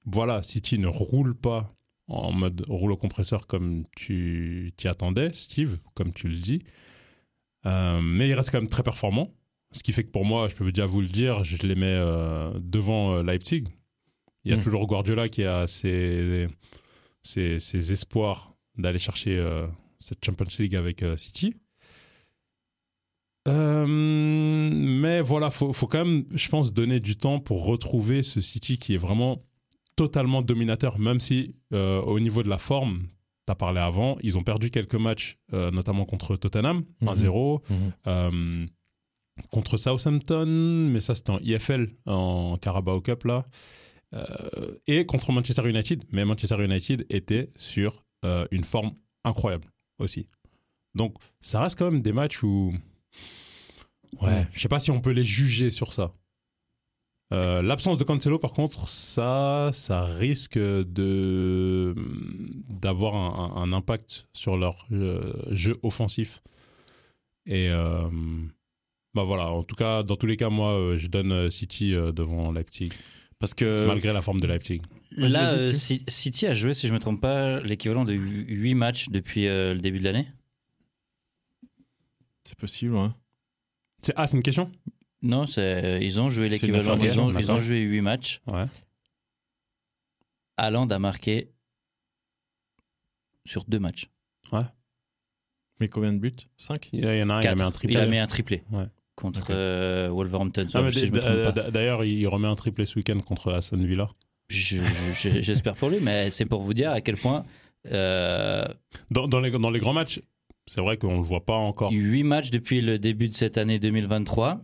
[SPEAKER 3] voilà, City ne roule pas en mode rouleau compresseur comme tu t'y attendais, Steve, comme tu le dis. Euh, mais il reste quand même très performant. Ce qui fait que pour moi, je peux déjà vous le dire, je les mets euh, devant euh, Leipzig. Il y a
[SPEAKER 2] Mm.
[SPEAKER 3] toujours Guardiola qui a ses, ses, ses espoirs d'aller chercher euh, cette Champions League avec euh, City. Euh, mais voilà, faut, faut quand même, je pense, donner du temps pour retrouver ce City qui est vraiment totalement dominateur, même si euh, au niveau de la forme, tu as parlé avant, ils ont perdu quelques matchs, euh, notamment contre Tottenham,
[SPEAKER 1] Mhm.
[SPEAKER 3] 1-0.
[SPEAKER 1] Mhm.
[SPEAKER 3] Euh, contre Southampton, mais ça c'était en IFL, en Carabao Cup là, Euh, et contre Manchester United. Mais Manchester United était sur euh, une forme incroyable aussi. Donc ça reste quand même des matchs où, ouais, je sais pas si on peut les juger sur ça. Euh, L'absence de Cancelo, par contre, ça, ça risque de d'avoir un, un- un impact sur leur euh, jeu offensif. Et euh, bah voilà, en tout cas, dans tous les cas, moi, euh, je donne euh, City euh, devant Leipzig,
[SPEAKER 1] Parce que
[SPEAKER 3] malgré la forme de Leipzig.
[SPEAKER 1] Vas-y,
[SPEAKER 2] Là,
[SPEAKER 1] vas-y,
[SPEAKER 2] euh,
[SPEAKER 1] Steve.
[SPEAKER 2] Ci- City a joué, si je ne me trompe pas, l'équivalent de 8 matchs depuis euh, le début de l'année.
[SPEAKER 1] c'est possible, hein.
[SPEAKER 3] C'est- Ah, c'est une question
[SPEAKER 2] Non, c'est- ils ont joué
[SPEAKER 1] C'est une
[SPEAKER 2] l'équivalent. Ils,
[SPEAKER 1] information,
[SPEAKER 2] ont- ils ont
[SPEAKER 3] d'accord.
[SPEAKER 2] joué 8 matchs.
[SPEAKER 3] Ouais.
[SPEAKER 2] Haaland a marqué sur 2 matchs.
[SPEAKER 1] Mais combien de buts 5
[SPEAKER 3] Il y en a un, Ah, il a
[SPEAKER 2] Quatre.
[SPEAKER 3] mis un triplé.
[SPEAKER 2] Il a mis un triplé
[SPEAKER 3] Ouais.
[SPEAKER 2] contre
[SPEAKER 3] Ok.
[SPEAKER 2] euh, Wolverhampton.
[SPEAKER 3] Ah, mais
[SPEAKER 2] si je me
[SPEAKER 3] d-
[SPEAKER 2] trompe pas.
[SPEAKER 3] euh, d- D'ailleurs, il remet un triplé ce week-end contre Aston Villa.
[SPEAKER 2] Je- je- je- J'espère pour lui, mais c'est pour vous dire à quel point euh,
[SPEAKER 3] Dans, dans les, dans les grands matchs, c'est vrai qu'on le voit pas encore.
[SPEAKER 2] 8 matchs depuis le début de cette année 2023.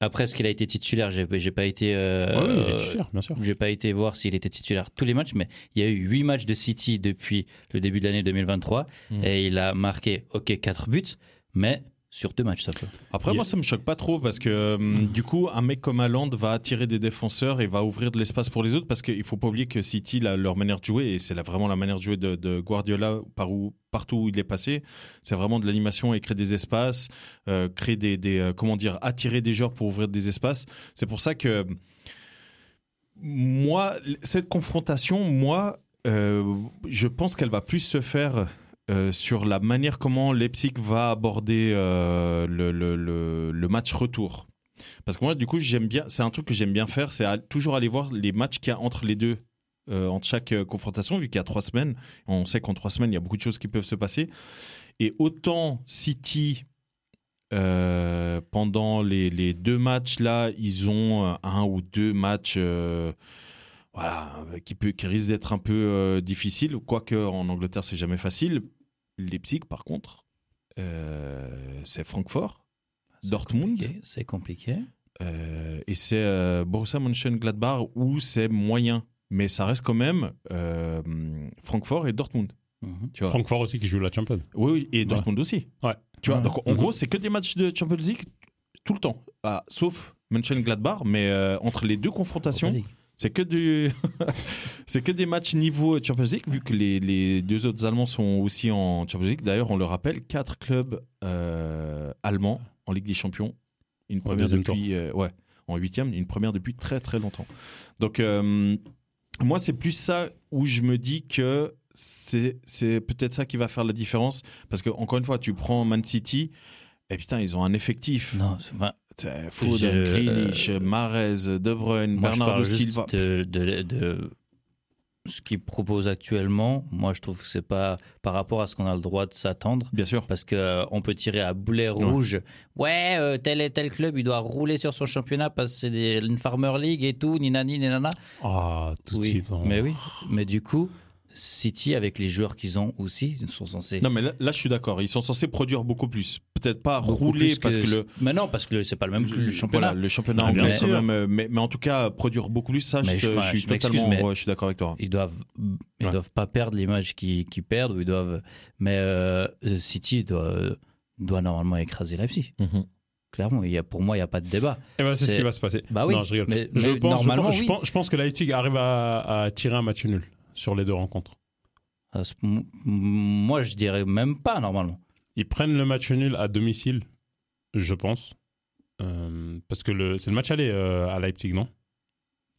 [SPEAKER 2] Après, ce qu'il a été titulaire, j'ai j'ai pas été. euh,
[SPEAKER 3] Ouais, oui, il est titulaire, bien sûr.
[SPEAKER 2] J'ai pas été voir s'il était titulaire tous les matchs, mais il y a eu 8 matchs de City depuis le début de l'année 2023
[SPEAKER 1] Mm.
[SPEAKER 2] et il a marqué, ok, 4 buts, mais sur 2 matchs, ça peut.
[SPEAKER 1] Après,
[SPEAKER 3] Il-
[SPEAKER 1] moi, ça me choque pas trop parce que euh, du coup, un mec comme Haaland va attirer des défenseurs et va ouvrir de l'espace pour les autres parce qu'il faut pas oublier que City, la- leur manière de jouer, et c'est la- vraiment la manière de jouer de, de Guardiola par où, partout où il est passé, c'est vraiment de l'animation et créer des espaces, euh, créer des, des, euh, comment dire, attirer des joueurs pour ouvrir des espaces. C'est pour ça que euh, moi, l- cette confrontation, moi, euh, je pense qu'elle va plus se faire euh, sur la manière comment Leipzig va aborder euh, le, le- le- le match retour. Parce que moi, du coup, j'aime bien. C'est un truc que j'aime bien faire, c'est al- toujours aller voir les matchs qu'il y a entre les deux, euh, entre chaque euh, confrontation, vu qu'il y a trois semaines. On sait qu'en trois semaines, il y a beaucoup de choses qui peuvent se passer. Et autant City, euh, pendant les, les deux matchs là, ils ont euh, un ou deux matchs. euh, voilà, euh, qui, peut, qui risquent d'être un peu euh, difficiles, quoique en Angleterre c'est jamais facile. Leipzig, par contre, euh, c'est Francfort, Dortmund,
[SPEAKER 2] Compliqué, C'est compliqué.
[SPEAKER 1] euh, et c'est euh, Borussia Mönchengladbach où c'est moyen, mais ça reste quand même euh, Francfort et Dortmund.
[SPEAKER 2] Mhm.
[SPEAKER 1] Tu vois.
[SPEAKER 3] Francfort aussi qui joue la Champions.
[SPEAKER 1] Oui, oui, et Dortmund aussi.
[SPEAKER 3] Ouais.
[SPEAKER 1] Tu vois,
[SPEAKER 3] Ouais.
[SPEAKER 1] donc en
[SPEAKER 3] Mhm.
[SPEAKER 1] gros, c'est que des matchs de Champions League tout le temps, Ah, sauf Mönchengladbach, mais euh, entre les deux confrontations, c'est que du, c'est que des matchs niveau Champions League, vu que les, les deux autres Allemands sont aussi en Champions League. D'ailleurs, on le rappelle, quatre clubs euh, allemands en Ligue des Champions, une première
[SPEAKER 3] deuxième
[SPEAKER 1] depuis, euh, ouais, en huitième, une première depuis très très longtemps. Donc euh, moi, c'est plus ça où je me dis que c'est c'est peut-être ça qui va faire la différence, parce que encore une fois, tu prends Man City. Et putain, ils ont un effectif.
[SPEAKER 2] Non, c'est- enfin,
[SPEAKER 1] Putain, Foden,
[SPEAKER 2] Je-
[SPEAKER 1] Grealish,
[SPEAKER 2] euh,
[SPEAKER 1] Mahrez, De Bruyne,
[SPEAKER 2] moi, je
[SPEAKER 1] Bernardo
[SPEAKER 2] parle juste
[SPEAKER 1] Silva.
[SPEAKER 2] euh, de, de- de ce qu'il propose actuellement. Moi, je trouve que c'est pas par rapport à ce qu'on a le droit de s'attendre.
[SPEAKER 1] Bien sûr.
[SPEAKER 2] Parce que euh, on peut tirer à boulet rouge. Ouais, euh, tel et tel club, il doit rouler sur son championnat parce que c'est des- une Farmer League et tout, ni nani, ni nana.
[SPEAKER 3] Ah, tout de
[SPEAKER 2] Oui,
[SPEAKER 3] suite. on-
[SPEAKER 2] Mais oui, mais du coup, City, avec les joueurs qu'ils ont aussi, ils sont censés.
[SPEAKER 1] Non, mais là, là, je suis d'accord. Ils sont censés produire beaucoup plus. Peut-être pas
[SPEAKER 2] beaucoup
[SPEAKER 1] rouler
[SPEAKER 2] plus
[SPEAKER 1] parce que, le.
[SPEAKER 2] Mais non, parce que le- c'est pas le même que le
[SPEAKER 1] voilà,
[SPEAKER 2] championnat.
[SPEAKER 1] le championnat
[SPEAKER 2] Non,
[SPEAKER 1] anglais,
[SPEAKER 2] bien
[SPEAKER 1] quand
[SPEAKER 2] sûr.
[SPEAKER 1] même, euh, mais, mais en tout cas, produire beaucoup plus, ça, je,
[SPEAKER 2] Mais
[SPEAKER 1] te-
[SPEAKER 2] je-
[SPEAKER 1] je
[SPEAKER 2] enfin,
[SPEAKER 1] suis
[SPEAKER 2] je m'excuse,
[SPEAKER 1] totalement.
[SPEAKER 2] mais-
[SPEAKER 1] ouais, je suis d'accord avec toi.
[SPEAKER 2] Ils doivent, ils
[SPEAKER 1] Ouais.
[SPEAKER 2] doivent pas perdre les matchs qu'ils qu'ils perdent, ou ils doivent. Mais euh, City doit, doit normalement écraser Leipzig. Clairement, il y a, pour moi, il n'y a pas de débat.
[SPEAKER 3] Eh ben, c'est ce
[SPEAKER 2] C'est-
[SPEAKER 3] qui va se passer.
[SPEAKER 2] Bah oui,
[SPEAKER 3] Non, je rigole.
[SPEAKER 2] mais-
[SPEAKER 3] je,
[SPEAKER 2] mais
[SPEAKER 3] pense, je
[SPEAKER 2] normalement,
[SPEAKER 3] pense- je
[SPEAKER 2] oui.
[SPEAKER 3] pense- je pense que Leipzig arrive à, à tirer un match nul sur les deux rencontres.
[SPEAKER 2] À ce- m- Moi, je dirais même pas normalement.
[SPEAKER 3] Ils prennent le match nul à domicile, je pense. Euh, parce que le- c'est le match aller euh, à Leipzig, non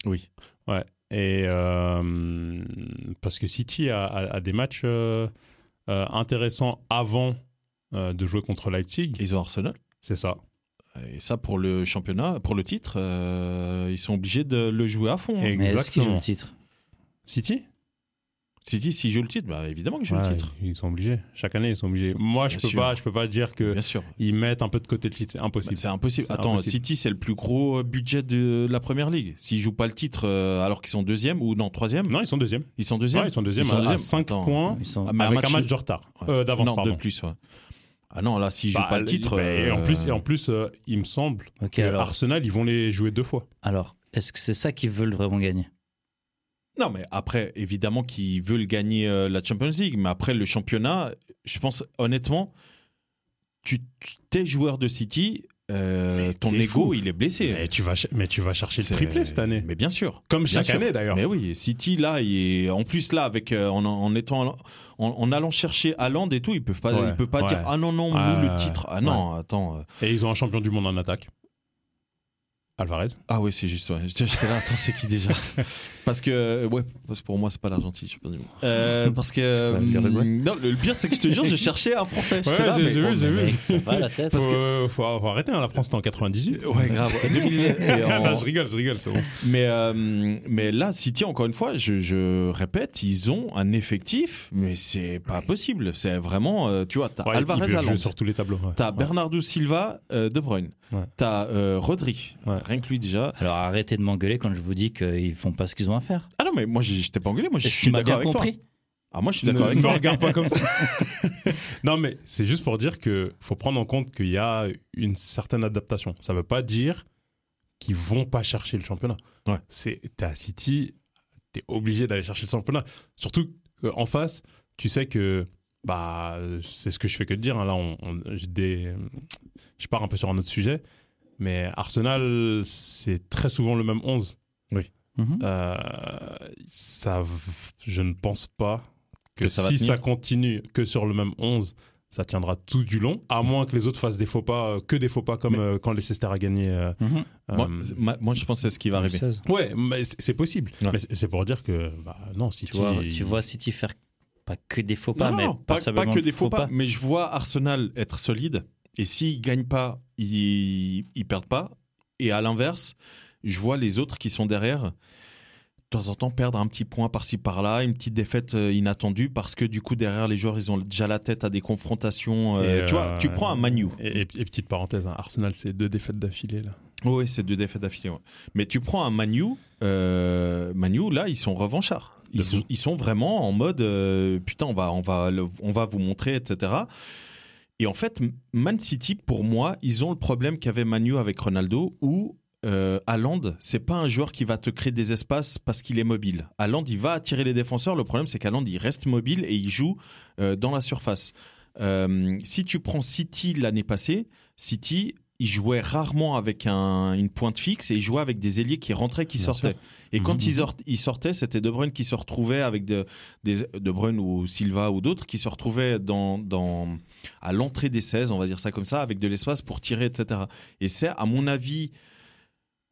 [SPEAKER 1] Oui.
[SPEAKER 3] Ouais. Et euh, parce que City a, a- a des matchs euh, euh, intéressants avant euh, de jouer contre Leipzig.
[SPEAKER 1] Ils ont Arsenal.
[SPEAKER 3] C'est ça.
[SPEAKER 1] Et ça, pour le championnat, pour le titre, euh, ils sont obligés de le jouer à fond. hein.
[SPEAKER 3] Et-
[SPEAKER 2] Mais est-ce qu'ils jouent
[SPEAKER 3] Exactement.
[SPEAKER 2] le titre
[SPEAKER 3] City
[SPEAKER 1] City, s'ils jouent le titre, bah, évidemment que je joue
[SPEAKER 3] Ouais,
[SPEAKER 1] le titre.
[SPEAKER 3] Ils sont obligés. Chaque année, ils sont obligés. Moi, je
[SPEAKER 1] Bien
[SPEAKER 3] peux
[SPEAKER 1] sûr.
[SPEAKER 3] pas, je peux pas dire que
[SPEAKER 1] Bien sûr. Bah,
[SPEAKER 3] ils mettent un peu de côté le titre. C'est impossible.
[SPEAKER 1] C'est impossible.
[SPEAKER 3] C'est
[SPEAKER 1] Attends,
[SPEAKER 3] impossible.
[SPEAKER 1] City, c'est le plus gros euh, budget de la première ligue. S'ils jouent pas le titre euh, alors qu'ils sont deuxième ou non, troisième,
[SPEAKER 3] Non, ils sont deuxième.
[SPEAKER 1] ils sont deuxième.
[SPEAKER 3] Ouais, ils sont deuxième.
[SPEAKER 1] Ils sont
[SPEAKER 3] à- à
[SPEAKER 1] deuxième.
[SPEAKER 3] 5
[SPEAKER 1] Attends.
[SPEAKER 3] points
[SPEAKER 2] Ils sont-
[SPEAKER 1] Ah, mais un
[SPEAKER 3] avec
[SPEAKER 1] match
[SPEAKER 3] un match
[SPEAKER 1] de-
[SPEAKER 3] de retard.
[SPEAKER 1] Ouais.
[SPEAKER 3] Euh, D'avance,
[SPEAKER 1] non, de
[SPEAKER 3] pardon.
[SPEAKER 1] plus. ouais. Ah non, là, s'ils jouent
[SPEAKER 3] Bah,
[SPEAKER 1] pas le titre.
[SPEAKER 3] Et en
[SPEAKER 1] euh,
[SPEAKER 3] plus, et en plus euh, il me semble
[SPEAKER 2] Ok,
[SPEAKER 3] que
[SPEAKER 2] alors,
[SPEAKER 3] Arsenal, ils vont les jouer deux fois.
[SPEAKER 2] alors, est-ce que c'est ça qu'ils veulent vraiment gagner
[SPEAKER 1] Non, mais après, évidemment qu'ils veulent gagner euh, la Champions League, mais après le championnat, je pense honnêtement, tu tu- t'es joueur de City, euh,
[SPEAKER 3] Mais
[SPEAKER 1] ton
[SPEAKER 3] t'es
[SPEAKER 1] ego,
[SPEAKER 3] fou.
[SPEAKER 1] il est blessé.
[SPEAKER 3] Mais tu vas, ch- mais tu vas chercher le
[SPEAKER 1] C'est-
[SPEAKER 3] triplé cette année.
[SPEAKER 1] Mais bien sûr.
[SPEAKER 3] Comme
[SPEAKER 1] Bien
[SPEAKER 3] chaque
[SPEAKER 1] sûr.
[SPEAKER 3] année d'ailleurs.
[SPEAKER 1] Mais oui, City là, il est- en plus là, avec euh, en, en étant en, en allant chercher Haaland et tout, ils peuvent pas,
[SPEAKER 3] Ouais,
[SPEAKER 1] ils peuvent pas
[SPEAKER 3] ouais.
[SPEAKER 1] dire ah non non, nous
[SPEAKER 3] Ouais,
[SPEAKER 1] le
[SPEAKER 3] ouais,
[SPEAKER 1] titre, ah non attends, euh,
[SPEAKER 3] Et ils ont un champion du monde en attaque. Alvarez.
[SPEAKER 1] ah oui c'est juste, ouais. J'étais- j'étais là, attends c'est qui déjà Parce que ouais, parce que pour moi c'est pas l'Argentine, je sais pas du tout. Euh, parce que
[SPEAKER 2] C'est pas l'Uruguay
[SPEAKER 1] hum, non, le le pire c'est que je te jure, je cherchais un Français. J'étais
[SPEAKER 3] Ouais,
[SPEAKER 1] là,
[SPEAKER 3] j'ai-
[SPEAKER 1] mais
[SPEAKER 3] j'ai vu,
[SPEAKER 1] bon,
[SPEAKER 3] j'ai vu.
[SPEAKER 2] Mec, ça va la tête
[SPEAKER 3] Faut, euh, faut- faut arrêter, hein, la France, c'était en 98.
[SPEAKER 1] Ouais grave. 2000, et en-
[SPEAKER 3] Ah, Non, je rigole, je rigole, c'est bon.
[SPEAKER 1] Mais, euh, mais là, City, encore une fois, je, je répète, ils ont un effectif, mais c'est pas possible. C'est vraiment, euh, tu vois, t'as
[SPEAKER 3] Ouais, ils
[SPEAKER 1] Alvarez
[SPEAKER 3] peuvent
[SPEAKER 1] à
[SPEAKER 3] jouer sur tous les tableaux. ouais.
[SPEAKER 1] t'as
[SPEAKER 3] Ouais.
[SPEAKER 1] Bernardo Silva, euh, De Bruyne,
[SPEAKER 3] Ouais.
[SPEAKER 1] t'as euh, Rodri,
[SPEAKER 3] Ouais.
[SPEAKER 1] rien que lui déjà.
[SPEAKER 2] Alors arrêtez de m'engueuler quand je vous dis qu'ils font pas ce qu'ils ont à faire.
[SPEAKER 1] Ah non, mais moi, je je t'ai pas engueulé, moi, je
[SPEAKER 2] Est-ce que
[SPEAKER 1] suis
[SPEAKER 2] tu m'as
[SPEAKER 1] d'accord
[SPEAKER 2] bien
[SPEAKER 1] avec toi.
[SPEAKER 2] compris
[SPEAKER 1] Ah, moi, je suis
[SPEAKER 3] Ne
[SPEAKER 1] d'accord avec
[SPEAKER 3] me
[SPEAKER 1] toi.
[SPEAKER 3] regarde pas comme ça. non, mais c'est juste pour dire que faut prendre en compte qu'il y a une certaine adaptation. Ça veut pas dire qu'ils vont pas chercher le championnat.
[SPEAKER 1] Ouais.
[SPEAKER 3] C'est t'es à City, t'es obligé d'aller chercher le championnat. Surtout euh, en face, tu sais que bah c'est ce que je fais que de dire. hein. Là, on, on- j'ai des- je pars un peu sur un autre sujet, mais Arsenal, c'est très souvent le même 11.
[SPEAKER 2] Mhm.
[SPEAKER 3] Euh, ça, v- je ne pense pas que,
[SPEAKER 1] Que ça va
[SPEAKER 3] si
[SPEAKER 1] tenir.
[SPEAKER 3] ça continue que sur le même 11, ça tiendra tout du long, à moins que les autres fassent des faux pas, euh, que des faux pas comme
[SPEAKER 1] Mais-
[SPEAKER 3] euh, quand Leicester a gagné. euh,
[SPEAKER 2] Mhm.
[SPEAKER 1] Moi,
[SPEAKER 3] euh,
[SPEAKER 1] c'est- ma- moi, je pense que c'est ce qui va arriver.
[SPEAKER 2] 16.
[SPEAKER 3] ouais, mais c'est- c'est possible.
[SPEAKER 1] Ouais.
[SPEAKER 3] Mais c'est c'est pour dire que bah, non, si
[SPEAKER 2] Tu vois, tu vois City faire pas que des faux pas,
[SPEAKER 1] Non,
[SPEAKER 2] mais
[SPEAKER 1] non, pas,
[SPEAKER 2] passablement
[SPEAKER 1] pas que des faux pas,
[SPEAKER 2] pas.
[SPEAKER 1] mais je vois Arsenal être solide. Et s'ils gagnent pas, ils, ils perdent pas. Et à l'inverse, je vois les autres qui sont derrière de temps en temps perdre un petit point par-ci par-là, une petite défaite euh, inattendue parce que du coup derrière les joueurs ils ont déjà la tête à des confrontations. euh,
[SPEAKER 3] Et,
[SPEAKER 1] tu vois,
[SPEAKER 3] euh,
[SPEAKER 1] tu prends un Manu.
[SPEAKER 3] Et, et- et petite parenthèse, hein, Arsenal, c'est deux défaites d'affilée là.
[SPEAKER 1] oui, c'est deux défaites d'affilée. ouais. Mais tu prends un Manu, euh, Manu là ils sont revanchards.
[SPEAKER 3] De
[SPEAKER 1] Ils, sont-
[SPEAKER 3] fou.
[SPEAKER 1] ils sont vraiment en mode euh, putain on va on va le- on va vous montrer etc. Et en fait Man City pour moi ils ont le problème qu'avait Manu avec Ronaldo où euh, Haaland, c'est pas un joueur qui va te créer des espaces parce qu'il est mobile. Haaland, il va attirer les défenseurs. Le problème, c'est qu'Haaland, il reste mobile et il joue euh, dans la surface. Euh, si tu prends City l'année passée, City, il jouait rarement avec un- une pointe fixe et il jouait avec des ailiers qui rentraient, qui
[SPEAKER 3] Bien
[SPEAKER 1] sortaient.
[SPEAKER 3] sûr.
[SPEAKER 1] Et
[SPEAKER 3] Mhm.
[SPEAKER 1] quand ils, sort- ils sortaient, c'était De Bruyne qui se retrouvait avec de, des, De Bruyne ou Silva ou d'autres qui se retrouvaient dans, dans, à l'entrée des 16, on va dire ça comme ça, avec de l'espace pour tirer, etc. Et c'est, à mon avis,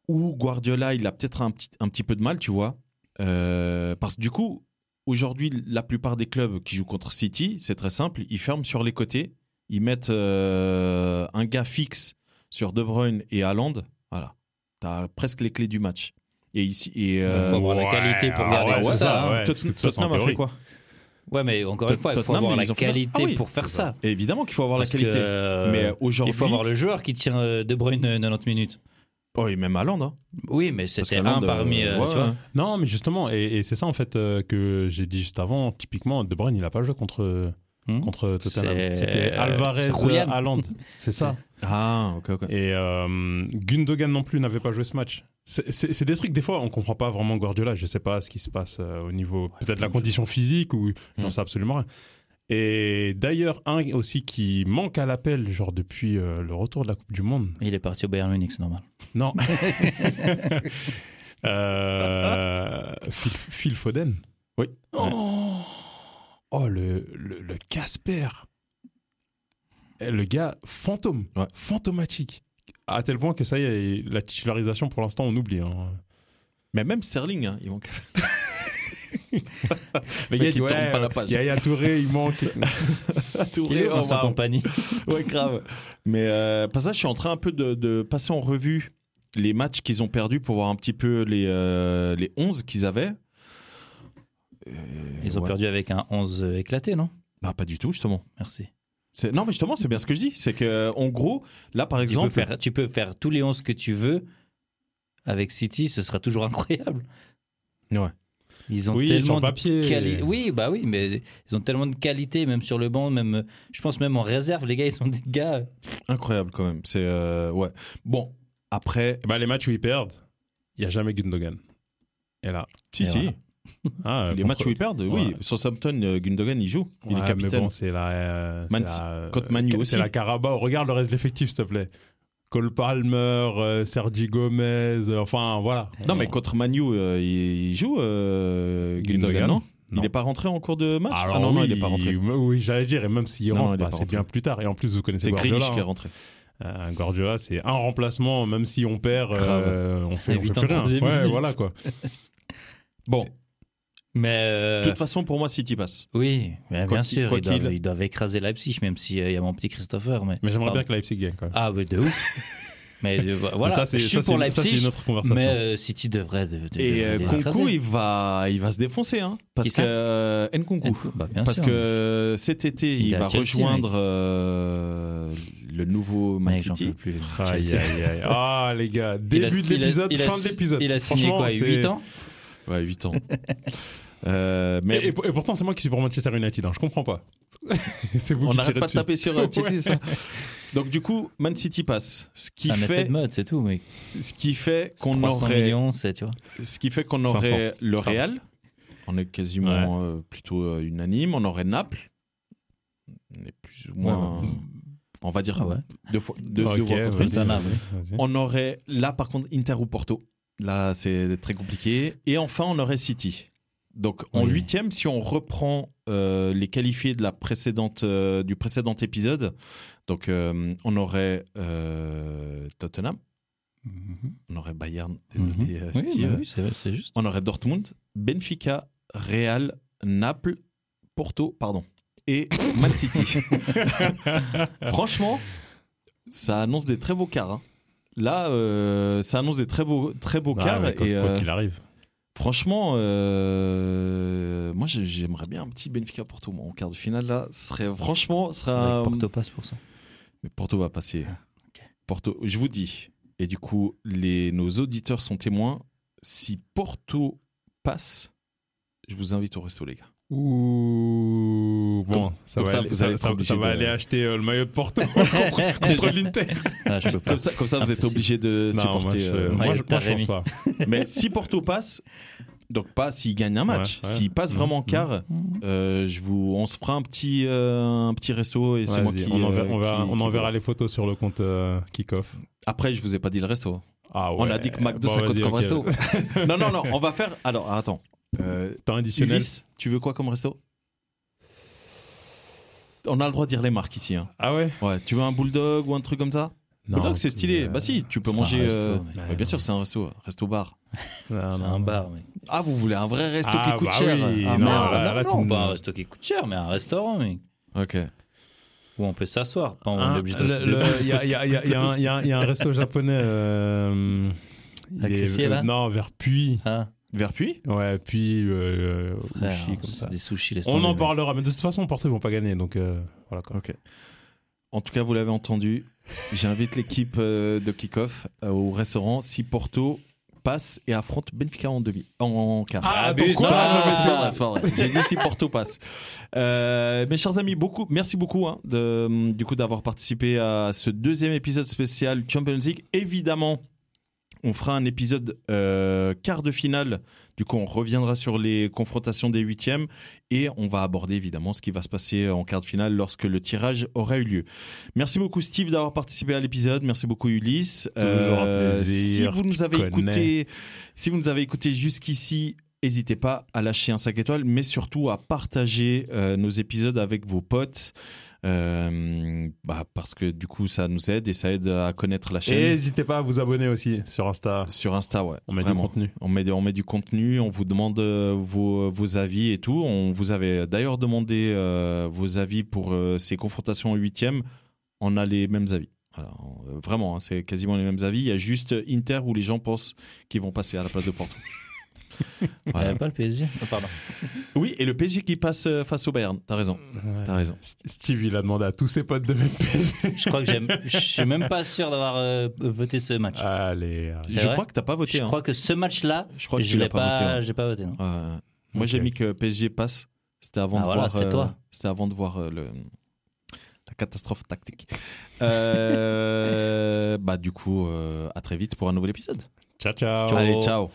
[SPEAKER 1] où Guardiola, il a peut-être un petit, un petit peu de mal, tu vois. Euh, parce que du coup, aujourd'hui, la plupart des clubs qui jouent contre City, c'est très simple, ils ferment sur les côtés, ils mettent euh, un gars fixe sur De Bruyne et Haaland. Voilà, t'as presque les clés du match. Et ici, et euh,
[SPEAKER 2] Il faut avoir la qualité pour
[SPEAKER 3] ah
[SPEAKER 2] garder
[SPEAKER 3] ouais,
[SPEAKER 2] tout
[SPEAKER 3] c'est
[SPEAKER 2] ça, hein.
[SPEAKER 3] ouais, parce que tout ça, c'est en
[SPEAKER 1] Tottenham a fait
[SPEAKER 3] théorie.
[SPEAKER 1] quoi
[SPEAKER 2] Ouais, mais encore une
[SPEAKER 1] Tot-
[SPEAKER 2] fois, il faut
[SPEAKER 1] Tottenham,
[SPEAKER 2] avoir la
[SPEAKER 1] ils ont fait ça.
[SPEAKER 2] qualité
[SPEAKER 1] Ah oui,
[SPEAKER 2] pour faire ça.
[SPEAKER 1] Évidemment qu'il faut avoir
[SPEAKER 2] Parce
[SPEAKER 1] la qualité.
[SPEAKER 2] que, euh,
[SPEAKER 1] mais aujourd'hui,
[SPEAKER 2] il faut avoir le joueur qui tire euh, De Bruyne euh, 90 minutes.
[SPEAKER 1] oh, et même Haaland. hein.
[SPEAKER 2] Oui, mais
[SPEAKER 1] Parce
[SPEAKER 2] c'était un
[SPEAKER 1] qu'Haaland,
[SPEAKER 2] parmi.
[SPEAKER 1] euh,
[SPEAKER 2] euh,
[SPEAKER 1] ouais,
[SPEAKER 2] tu vois.
[SPEAKER 1] ouais.
[SPEAKER 3] Non, mais justement, et, et c'est ça en fait euh, que j'ai dit juste avant. Typiquement, De Bruyne, il a pas joué contre
[SPEAKER 2] Hmm.
[SPEAKER 3] contre Tottenham.
[SPEAKER 2] C'est-
[SPEAKER 3] C'était
[SPEAKER 2] euh,
[SPEAKER 3] Alvarez,
[SPEAKER 2] c'est Julian.
[SPEAKER 3] Haaland, c'est ça.
[SPEAKER 1] Ah, ok, ok.
[SPEAKER 3] Et euh, Gundogan non plus n'avait pas joué ce match. C'est- C'est c'est des trucs, des fois, on comprend pas vraiment Guardiola. Je sais pas ce qui se passe euh, au niveau peut-être de la condition physique ou j'en
[SPEAKER 1] Mm.
[SPEAKER 3] sais absolument rien. Et d'ailleurs, un aussi qui manque à l'appel, genre depuis euh, le retour de la Coupe du Monde.
[SPEAKER 2] Il est parti au Bayern Munich, c'est normal.
[SPEAKER 3] Non. Euh, Phil, Phil Foden.
[SPEAKER 1] Oui.
[SPEAKER 3] Oh, Oh, le, le, le Casper. Eh, Le gars fantôme. Ah,
[SPEAKER 1] Ouais.
[SPEAKER 3] Fantomatique. À tel point que ça y est, la titularisation, pour l'instant, on oublie. hein.
[SPEAKER 1] Mais même Sterling, hein, ils vont.
[SPEAKER 3] Mais
[SPEAKER 1] il tourne pas la page.
[SPEAKER 3] Yaya Touré, il manque.
[SPEAKER 2] Il est dans sa compagnie.
[SPEAKER 1] Ouais, grave. Mais euh, parce que là, je suis en train un peu de, de passer en revue les matchs qu'ils ont perdus pour voir un petit peu les, euh, les 11 qu'ils avaient. Euh,
[SPEAKER 2] Ils ont
[SPEAKER 1] ouais.
[SPEAKER 2] perdu avec un 11 éclaté, non
[SPEAKER 1] Bah, pas du tout, justement.
[SPEAKER 2] Merci.
[SPEAKER 1] C'est- Non, mais justement, c'est bien ce que je dis. C'est que, en gros, là, par
[SPEAKER 2] Tu peux,
[SPEAKER 1] exemple.
[SPEAKER 2] faire, tu peux faire tous les 11 que tu veux avec City, ce sera toujours incroyable.
[SPEAKER 1] Ouais.
[SPEAKER 2] Ils ont
[SPEAKER 3] Oui, sur
[SPEAKER 2] tellement
[SPEAKER 3] le
[SPEAKER 2] de
[SPEAKER 3] papier.
[SPEAKER 2] quali- Oui, bah oui, mais ils ont tellement de qualité, même sur le banc, même, euh, je pense même en réserve, les gars, ils sont des gars. euh,
[SPEAKER 1] Incroyable, quand même. C'est. euh, Ouais. Bon, après.
[SPEAKER 3] Eh ben, les matchs où ils perdent, il n'y a jamais Gundogan. Et là.
[SPEAKER 1] Si,
[SPEAKER 2] Et
[SPEAKER 1] si.
[SPEAKER 2] voilà.
[SPEAKER 3] Ah,
[SPEAKER 1] Les
[SPEAKER 3] contre-
[SPEAKER 1] matchs où ils perdent, oui.
[SPEAKER 3] Ouais.
[SPEAKER 1] Southampton, euh, Gundogan, il joue. Il
[SPEAKER 3] Ouais,
[SPEAKER 1] est
[SPEAKER 3] Mais
[SPEAKER 1] capitaine.
[SPEAKER 3] bon, c'est la. euh,
[SPEAKER 1] Man-
[SPEAKER 3] c'est la- euh,
[SPEAKER 1] contre Manu
[SPEAKER 3] c'est
[SPEAKER 1] aussi.
[SPEAKER 3] la Carabao. Regarde le reste de l'effectif, s'il te plaît. Cole Palmer, euh, Sergi Gomez, euh, enfin voilà.
[SPEAKER 1] Non, mais contre Manu, euh, il il joue euh, Gundogan,
[SPEAKER 3] Gundogan,
[SPEAKER 1] non Il
[SPEAKER 3] non.
[SPEAKER 1] n'est pas rentré en cours de match
[SPEAKER 3] Alors
[SPEAKER 1] Ah non, non, il
[SPEAKER 3] oui,
[SPEAKER 1] n'est pas rentré.
[SPEAKER 3] Oui, j'allais dire, et même s'il
[SPEAKER 1] Non,
[SPEAKER 3] rentre,
[SPEAKER 1] il est
[SPEAKER 3] bah,
[SPEAKER 1] pas
[SPEAKER 3] c'est
[SPEAKER 1] rentré.
[SPEAKER 3] bien plus tard. Et en plus, vous connaissez
[SPEAKER 1] C'est Grealish qui est
[SPEAKER 3] Guardiola.
[SPEAKER 1] rentré.
[SPEAKER 3] Euh, Guardiola, c'est un remplacement, même si on perd,
[SPEAKER 1] Grave.
[SPEAKER 3] euh, on fait,
[SPEAKER 2] Et
[SPEAKER 3] on
[SPEAKER 2] huit
[SPEAKER 3] fait
[SPEAKER 2] en
[SPEAKER 3] plus rien.
[SPEAKER 2] troisième
[SPEAKER 3] Ouais,
[SPEAKER 2] minute.
[SPEAKER 3] voilà quoi.
[SPEAKER 1] Bon,
[SPEAKER 2] Mais
[SPEAKER 1] de
[SPEAKER 2] euh,
[SPEAKER 1] toute façon, pour moi, City passe.
[SPEAKER 2] oui, mais
[SPEAKER 1] quoi
[SPEAKER 2] bien
[SPEAKER 1] qu'il-
[SPEAKER 2] sûr,
[SPEAKER 1] quoi
[SPEAKER 2] ils, doivent,
[SPEAKER 1] qu'il-
[SPEAKER 2] ils doivent écraser Leipzig, même s'il y a mon petit Christopher. Mais,
[SPEAKER 3] Mais j'aimerais
[SPEAKER 2] Pardon.
[SPEAKER 3] bien que Leipzig gagne quand même.
[SPEAKER 2] Ah, mais de ouf Mais euh, voilà,
[SPEAKER 3] ça, c'est-
[SPEAKER 2] je suis
[SPEAKER 3] ça,
[SPEAKER 2] pour
[SPEAKER 3] c'est- ça, c'est une
[SPEAKER 2] Leipzig,
[SPEAKER 3] autre conversation.
[SPEAKER 2] mais euh, City devrait. de- de-
[SPEAKER 1] Et
[SPEAKER 2] de-
[SPEAKER 1] euh,
[SPEAKER 2] les
[SPEAKER 1] Nkunku,
[SPEAKER 2] écraser.
[SPEAKER 1] il va, il va se défoncer. Hein, parce
[SPEAKER 2] Qui ça
[SPEAKER 1] que. euh, Nkunku.
[SPEAKER 2] Bah, bien
[SPEAKER 1] Parce
[SPEAKER 2] sûr.
[SPEAKER 1] que cet été,
[SPEAKER 2] Il
[SPEAKER 1] il,
[SPEAKER 2] est à
[SPEAKER 1] va
[SPEAKER 2] Chelsea,
[SPEAKER 1] rejoindre euh, le nouveau Man
[SPEAKER 2] Mec, j'en peux
[SPEAKER 1] City.
[SPEAKER 2] plus.
[SPEAKER 3] Aïe, aïe, aïe. Ah, les gars,
[SPEAKER 2] Il
[SPEAKER 3] début
[SPEAKER 2] a- il
[SPEAKER 3] de
[SPEAKER 2] a-
[SPEAKER 3] l'épisode,
[SPEAKER 2] il a-
[SPEAKER 3] fin de l'épisode.
[SPEAKER 2] Il a signé
[SPEAKER 3] Franchement,
[SPEAKER 2] quoi
[SPEAKER 3] c'est-
[SPEAKER 2] 8 ans
[SPEAKER 1] Ouais, 8 ans. Euh,
[SPEAKER 3] Et,
[SPEAKER 1] mais
[SPEAKER 3] et pour- et pourtant, c'est moi qui suis pour Manchester United. hein, Je comprends pas. c'est vous
[SPEAKER 1] on
[SPEAKER 3] qui
[SPEAKER 1] n'arrête
[SPEAKER 3] tirez
[SPEAKER 1] pas de
[SPEAKER 3] dessus.
[SPEAKER 1] taper sur euh, Chelsea,
[SPEAKER 3] Ouais.
[SPEAKER 1] c'est ça. Donc, du coup, Man City passe. Ce qui
[SPEAKER 2] Un effet
[SPEAKER 1] fait,
[SPEAKER 2] de Ah, mode, c'est tout, mais
[SPEAKER 1] ce qui fait
[SPEAKER 2] qu'on
[SPEAKER 1] qu'on
[SPEAKER 2] 300
[SPEAKER 1] aurait.
[SPEAKER 2] millions, c'est, tu vois.
[SPEAKER 1] Ce qui fait qu'on
[SPEAKER 3] 500.
[SPEAKER 1] aurait le
[SPEAKER 3] Pardon.
[SPEAKER 1] Real, on est quasiment euh, plutôt euh, unanime, on aurait Naples, on est plus ou moins,
[SPEAKER 2] Ouais, ouais.
[SPEAKER 1] on va dire
[SPEAKER 2] Ah ouais.
[SPEAKER 1] deux fois, deux,
[SPEAKER 3] Ok,
[SPEAKER 1] deux voix contre
[SPEAKER 3] vas-y,
[SPEAKER 1] une.
[SPEAKER 2] Ça marche.
[SPEAKER 3] vas-y.
[SPEAKER 1] On aurait là par contre Inter ou Porto, là c'est très compliqué, et enfin on aurait City. Donc en
[SPEAKER 2] Oui.
[SPEAKER 1] huitième, si on reprend euh, les qualifiés de la précédente, euh, du précédent épisode, donc euh, on aurait euh, Tottenham, on aurait Bayern, désolé, euh,
[SPEAKER 2] Oui,
[SPEAKER 1] Steve.
[SPEAKER 2] bah oui, c'est c'est juste.
[SPEAKER 1] On aurait Dortmund, Benfica, Real, Naples, Porto, pardon, et Man City. Franchement, ça annonce des très beaux quarts. hein. Là, euh, ça annonce des très beaux, très beaux
[SPEAKER 3] Ah,
[SPEAKER 1] quarts.
[SPEAKER 3] mais quoi
[SPEAKER 1] et,
[SPEAKER 3] quoi
[SPEAKER 1] euh,
[SPEAKER 3] qu'il arrive.
[SPEAKER 1] franchement, euh, moi, j'ai- j'aimerais bien un petit Benfica Porto. moi, en quart de finale, là, ce serait franchement, ce serait un-
[SPEAKER 2] Avec Porto passe pour ça.
[SPEAKER 1] Mais Porto va passer.
[SPEAKER 2] Ah, ok.
[SPEAKER 1] Porto, je vous dis. Et du coup, les, nos auditeurs sont témoins. Si Porto passe, je vous invite au resto, les gars.
[SPEAKER 3] Ouh, bon, ça,
[SPEAKER 1] comme
[SPEAKER 3] va
[SPEAKER 1] ça,
[SPEAKER 3] aller,
[SPEAKER 1] vous
[SPEAKER 3] ça,
[SPEAKER 1] allez être
[SPEAKER 3] ça- ça
[SPEAKER 1] obligé
[SPEAKER 3] va
[SPEAKER 1] de-
[SPEAKER 3] aller acheter euh, le maillot de Porto contre, contre l'Inter.
[SPEAKER 2] Ah, je peux pas.
[SPEAKER 1] Comme ça, comme ça vous êtes
[SPEAKER 2] Impossible.
[SPEAKER 1] obligé de
[SPEAKER 3] Non, moi,
[SPEAKER 1] supporter.
[SPEAKER 3] je,
[SPEAKER 1] euh,
[SPEAKER 3] moi,
[SPEAKER 2] Maillot
[SPEAKER 3] je-
[SPEAKER 2] de
[SPEAKER 3] moi, je
[SPEAKER 2] Taremi.
[SPEAKER 3] pense pas.
[SPEAKER 1] Mais si Porto passe, donc pas s'il gagne un match,
[SPEAKER 3] Ouais, Mm, ouais.
[SPEAKER 1] s'il passe vraiment en quart,
[SPEAKER 2] Mhm.
[SPEAKER 1] euh, je vous, on se fera un petit, euh, un petit resto et c'est moi
[SPEAKER 3] Vas-y,
[SPEAKER 1] qui.
[SPEAKER 3] on, enver-
[SPEAKER 1] euh,
[SPEAKER 3] on verra-
[SPEAKER 1] qui-
[SPEAKER 3] on
[SPEAKER 1] qui-
[SPEAKER 3] enverra les photos sur le compte euh, Kickoff.
[SPEAKER 1] Après, je vous ai pas dit le resto.
[SPEAKER 3] Ah ouais.
[SPEAKER 1] On a dit que McDo
[SPEAKER 3] Bon,
[SPEAKER 1] ça coûte
[SPEAKER 3] vas-y,
[SPEAKER 1] comme
[SPEAKER 3] ok.
[SPEAKER 1] resto. non, non, non, on va faire. Alors, attends. Euh,
[SPEAKER 3] Temps additionnel.
[SPEAKER 1] Ulysse, tu veux quoi comme resto On a le droit de dire les marques ici. hein.
[SPEAKER 3] Ah ouais
[SPEAKER 1] Ouais, tu veux un bulldog ou un truc comme ça Bulldog, c'est stylé.
[SPEAKER 3] euh,
[SPEAKER 1] Bah si, tu peux
[SPEAKER 2] c'est un
[SPEAKER 1] manger.
[SPEAKER 2] resto,
[SPEAKER 1] euh,
[SPEAKER 2] mais-
[SPEAKER 1] ouais, bien sûr, c'est un resto, resto bar.
[SPEAKER 3] non,
[SPEAKER 2] C'est
[SPEAKER 3] non,
[SPEAKER 2] un
[SPEAKER 3] non.
[SPEAKER 2] bar, mais.
[SPEAKER 1] Ah, vous voulez un vrai resto
[SPEAKER 3] Ah,
[SPEAKER 1] qui coûte
[SPEAKER 3] bah
[SPEAKER 1] cher
[SPEAKER 3] oui,
[SPEAKER 1] Ah,
[SPEAKER 3] non,
[SPEAKER 1] merde.
[SPEAKER 3] là, là, tu
[SPEAKER 2] non,
[SPEAKER 3] me-
[SPEAKER 2] pas un resto qui coûte cher, mais un restaurant, mais
[SPEAKER 1] Ok.
[SPEAKER 2] où on peut s'asseoir. Pas on
[SPEAKER 3] Hein,
[SPEAKER 2] est obligé de
[SPEAKER 3] le-
[SPEAKER 2] rester
[SPEAKER 3] le-
[SPEAKER 2] debout.
[SPEAKER 3] Il y a- il y a- il y a- il y a un- il y a- il y a un resto japonais. euh, il
[SPEAKER 2] À
[SPEAKER 3] est- euh,
[SPEAKER 2] Crissier, là
[SPEAKER 3] Non, vers Puy.
[SPEAKER 2] Ah,
[SPEAKER 1] Verpuy
[SPEAKER 3] Ouais, Puy, euh,
[SPEAKER 2] frère,
[SPEAKER 3] Uchi, comme
[SPEAKER 2] c'est
[SPEAKER 3] ça.
[SPEAKER 2] des sushis. laisse
[SPEAKER 3] On en
[SPEAKER 2] tomber,
[SPEAKER 3] parlera, mais de toute façon, Porto, ils vont pas gagner. Donc euh, voilà quoi.
[SPEAKER 1] Ok. En tout cas, vous l'avez entendu. J'invite l'équipe euh, de Kickoff euh, au restaurant si Porto passe et affronte Benfica en demi, en quart.
[SPEAKER 3] Ah,
[SPEAKER 1] mais
[SPEAKER 3] abuse,
[SPEAKER 1] c'est
[SPEAKER 3] non,
[SPEAKER 1] pas
[SPEAKER 3] mais c'est-
[SPEAKER 1] vrai, c'est pas vrai. J'ai dit si Porto passe. Euh, mes chers amis, beaucoup, merci beaucoup hein, de, du coup d'avoir participé à ce deuxième épisode spécial Champions League. Évidemment, on fera un épisode euh, quart de finale. Du coup, on reviendra sur les confrontations des huitièmes et on va aborder évidemment ce qui va se passer en quart de finale lorsque le tirage aura eu lieu. Merci beaucoup Steve d'avoir participé à l'épisode. Merci beaucoup Ulysse. Euh,
[SPEAKER 3] Toujours un plaisir,
[SPEAKER 1] Si vous nous avez
[SPEAKER 3] tu connais.
[SPEAKER 1] écouté, si vous nous avez écouté jusqu'ici. N'hésitez pas à lâcher un 5 étoiles, mais surtout à partager euh, nos épisodes avec vos potes. Euh, bah, parce que du coup, ça nous aide et ça aide à connaître la
[SPEAKER 3] Et
[SPEAKER 1] chaîne.
[SPEAKER 3] n'hésitez pas à vous abonner aussi sur Insta.
[SPEAKER 1] Sur Insta, ouais.
[SPEAKER 3] On met
[SPEAKER 1] vraiment.
[SPEAKER 3] du contenu.
[SPEAKER 1] On met, on met du contenu, on vous demande euh, vos, vos avis et tout. On vous avait d'ailleurs demandé euh, vos avis pour euh, ces confrontations en huitième. On a les mêmes avis. Voilà, on- euh, vraiment, hein, c'est quasiment les mêmes avis. Il y a juste Inter où les gens pensent qu'ils vont passer à la place de Porto. Voilà.
[SPEAKER 2] Euh, pas le PSG. Oh, pardon.
[SPEAKER 1] Oui, et le PSG qui passe euh, face au Bayern. T'as raison, t'as raison.
[SPEAKER 3] St- Steve, il a demandé à tous ses potes de mettre PSG.
[SPEAKER 2] Je crois que j'aime. Je suis même pas sûr d'avoir euh, voté ce match.
[SPEAKER 3] Ah, Allez. euh, allez.
[SPEAKER 2] C'est
[SPEAKER 1] Je
[SPEAKER 2] vrai
[SPEAKER 1] crois que t'as pas voté.
[SPEAKER 2] je
[SPEAKER 1] hein.
[SPEAKER 2] crois que ce match-là,
[SPEAKER 1] Je crois que
[SPEAKER 2] je
[SPEAKER 1] tu
[SPEAKER 2] l'ai
[SPEAKER 1] l'as pas voté,
[SPEAKER 2] pas,
[SPEAKER 1] hein.
[SPEAKER 2] j'ai pas voté. non.
[SPEAKER 1] Euh, Moi, j'ai
[SPEAKER 3] Ok.
[SPEAKER 1] mis que PSG passe. C'était avant,
[SPEAKER 2] Ah,
[SPEAKER 1] de
[SPEAKER 2] voilà,
[SPEAKER 1] voir,
[SPEAKER 2] c'est
[SPEAKER 1] euh,
[SPEAKER 2] toi.
[SPEAKER 1] c'était avant de voir euh, le, la catastrophe tactique. Euh, bah, du coup, euh, à très vite pour un nouvel épisode.
[SPEAKER 3] Ciao, ciao.
[SPEAKER 1] Allez, ciao.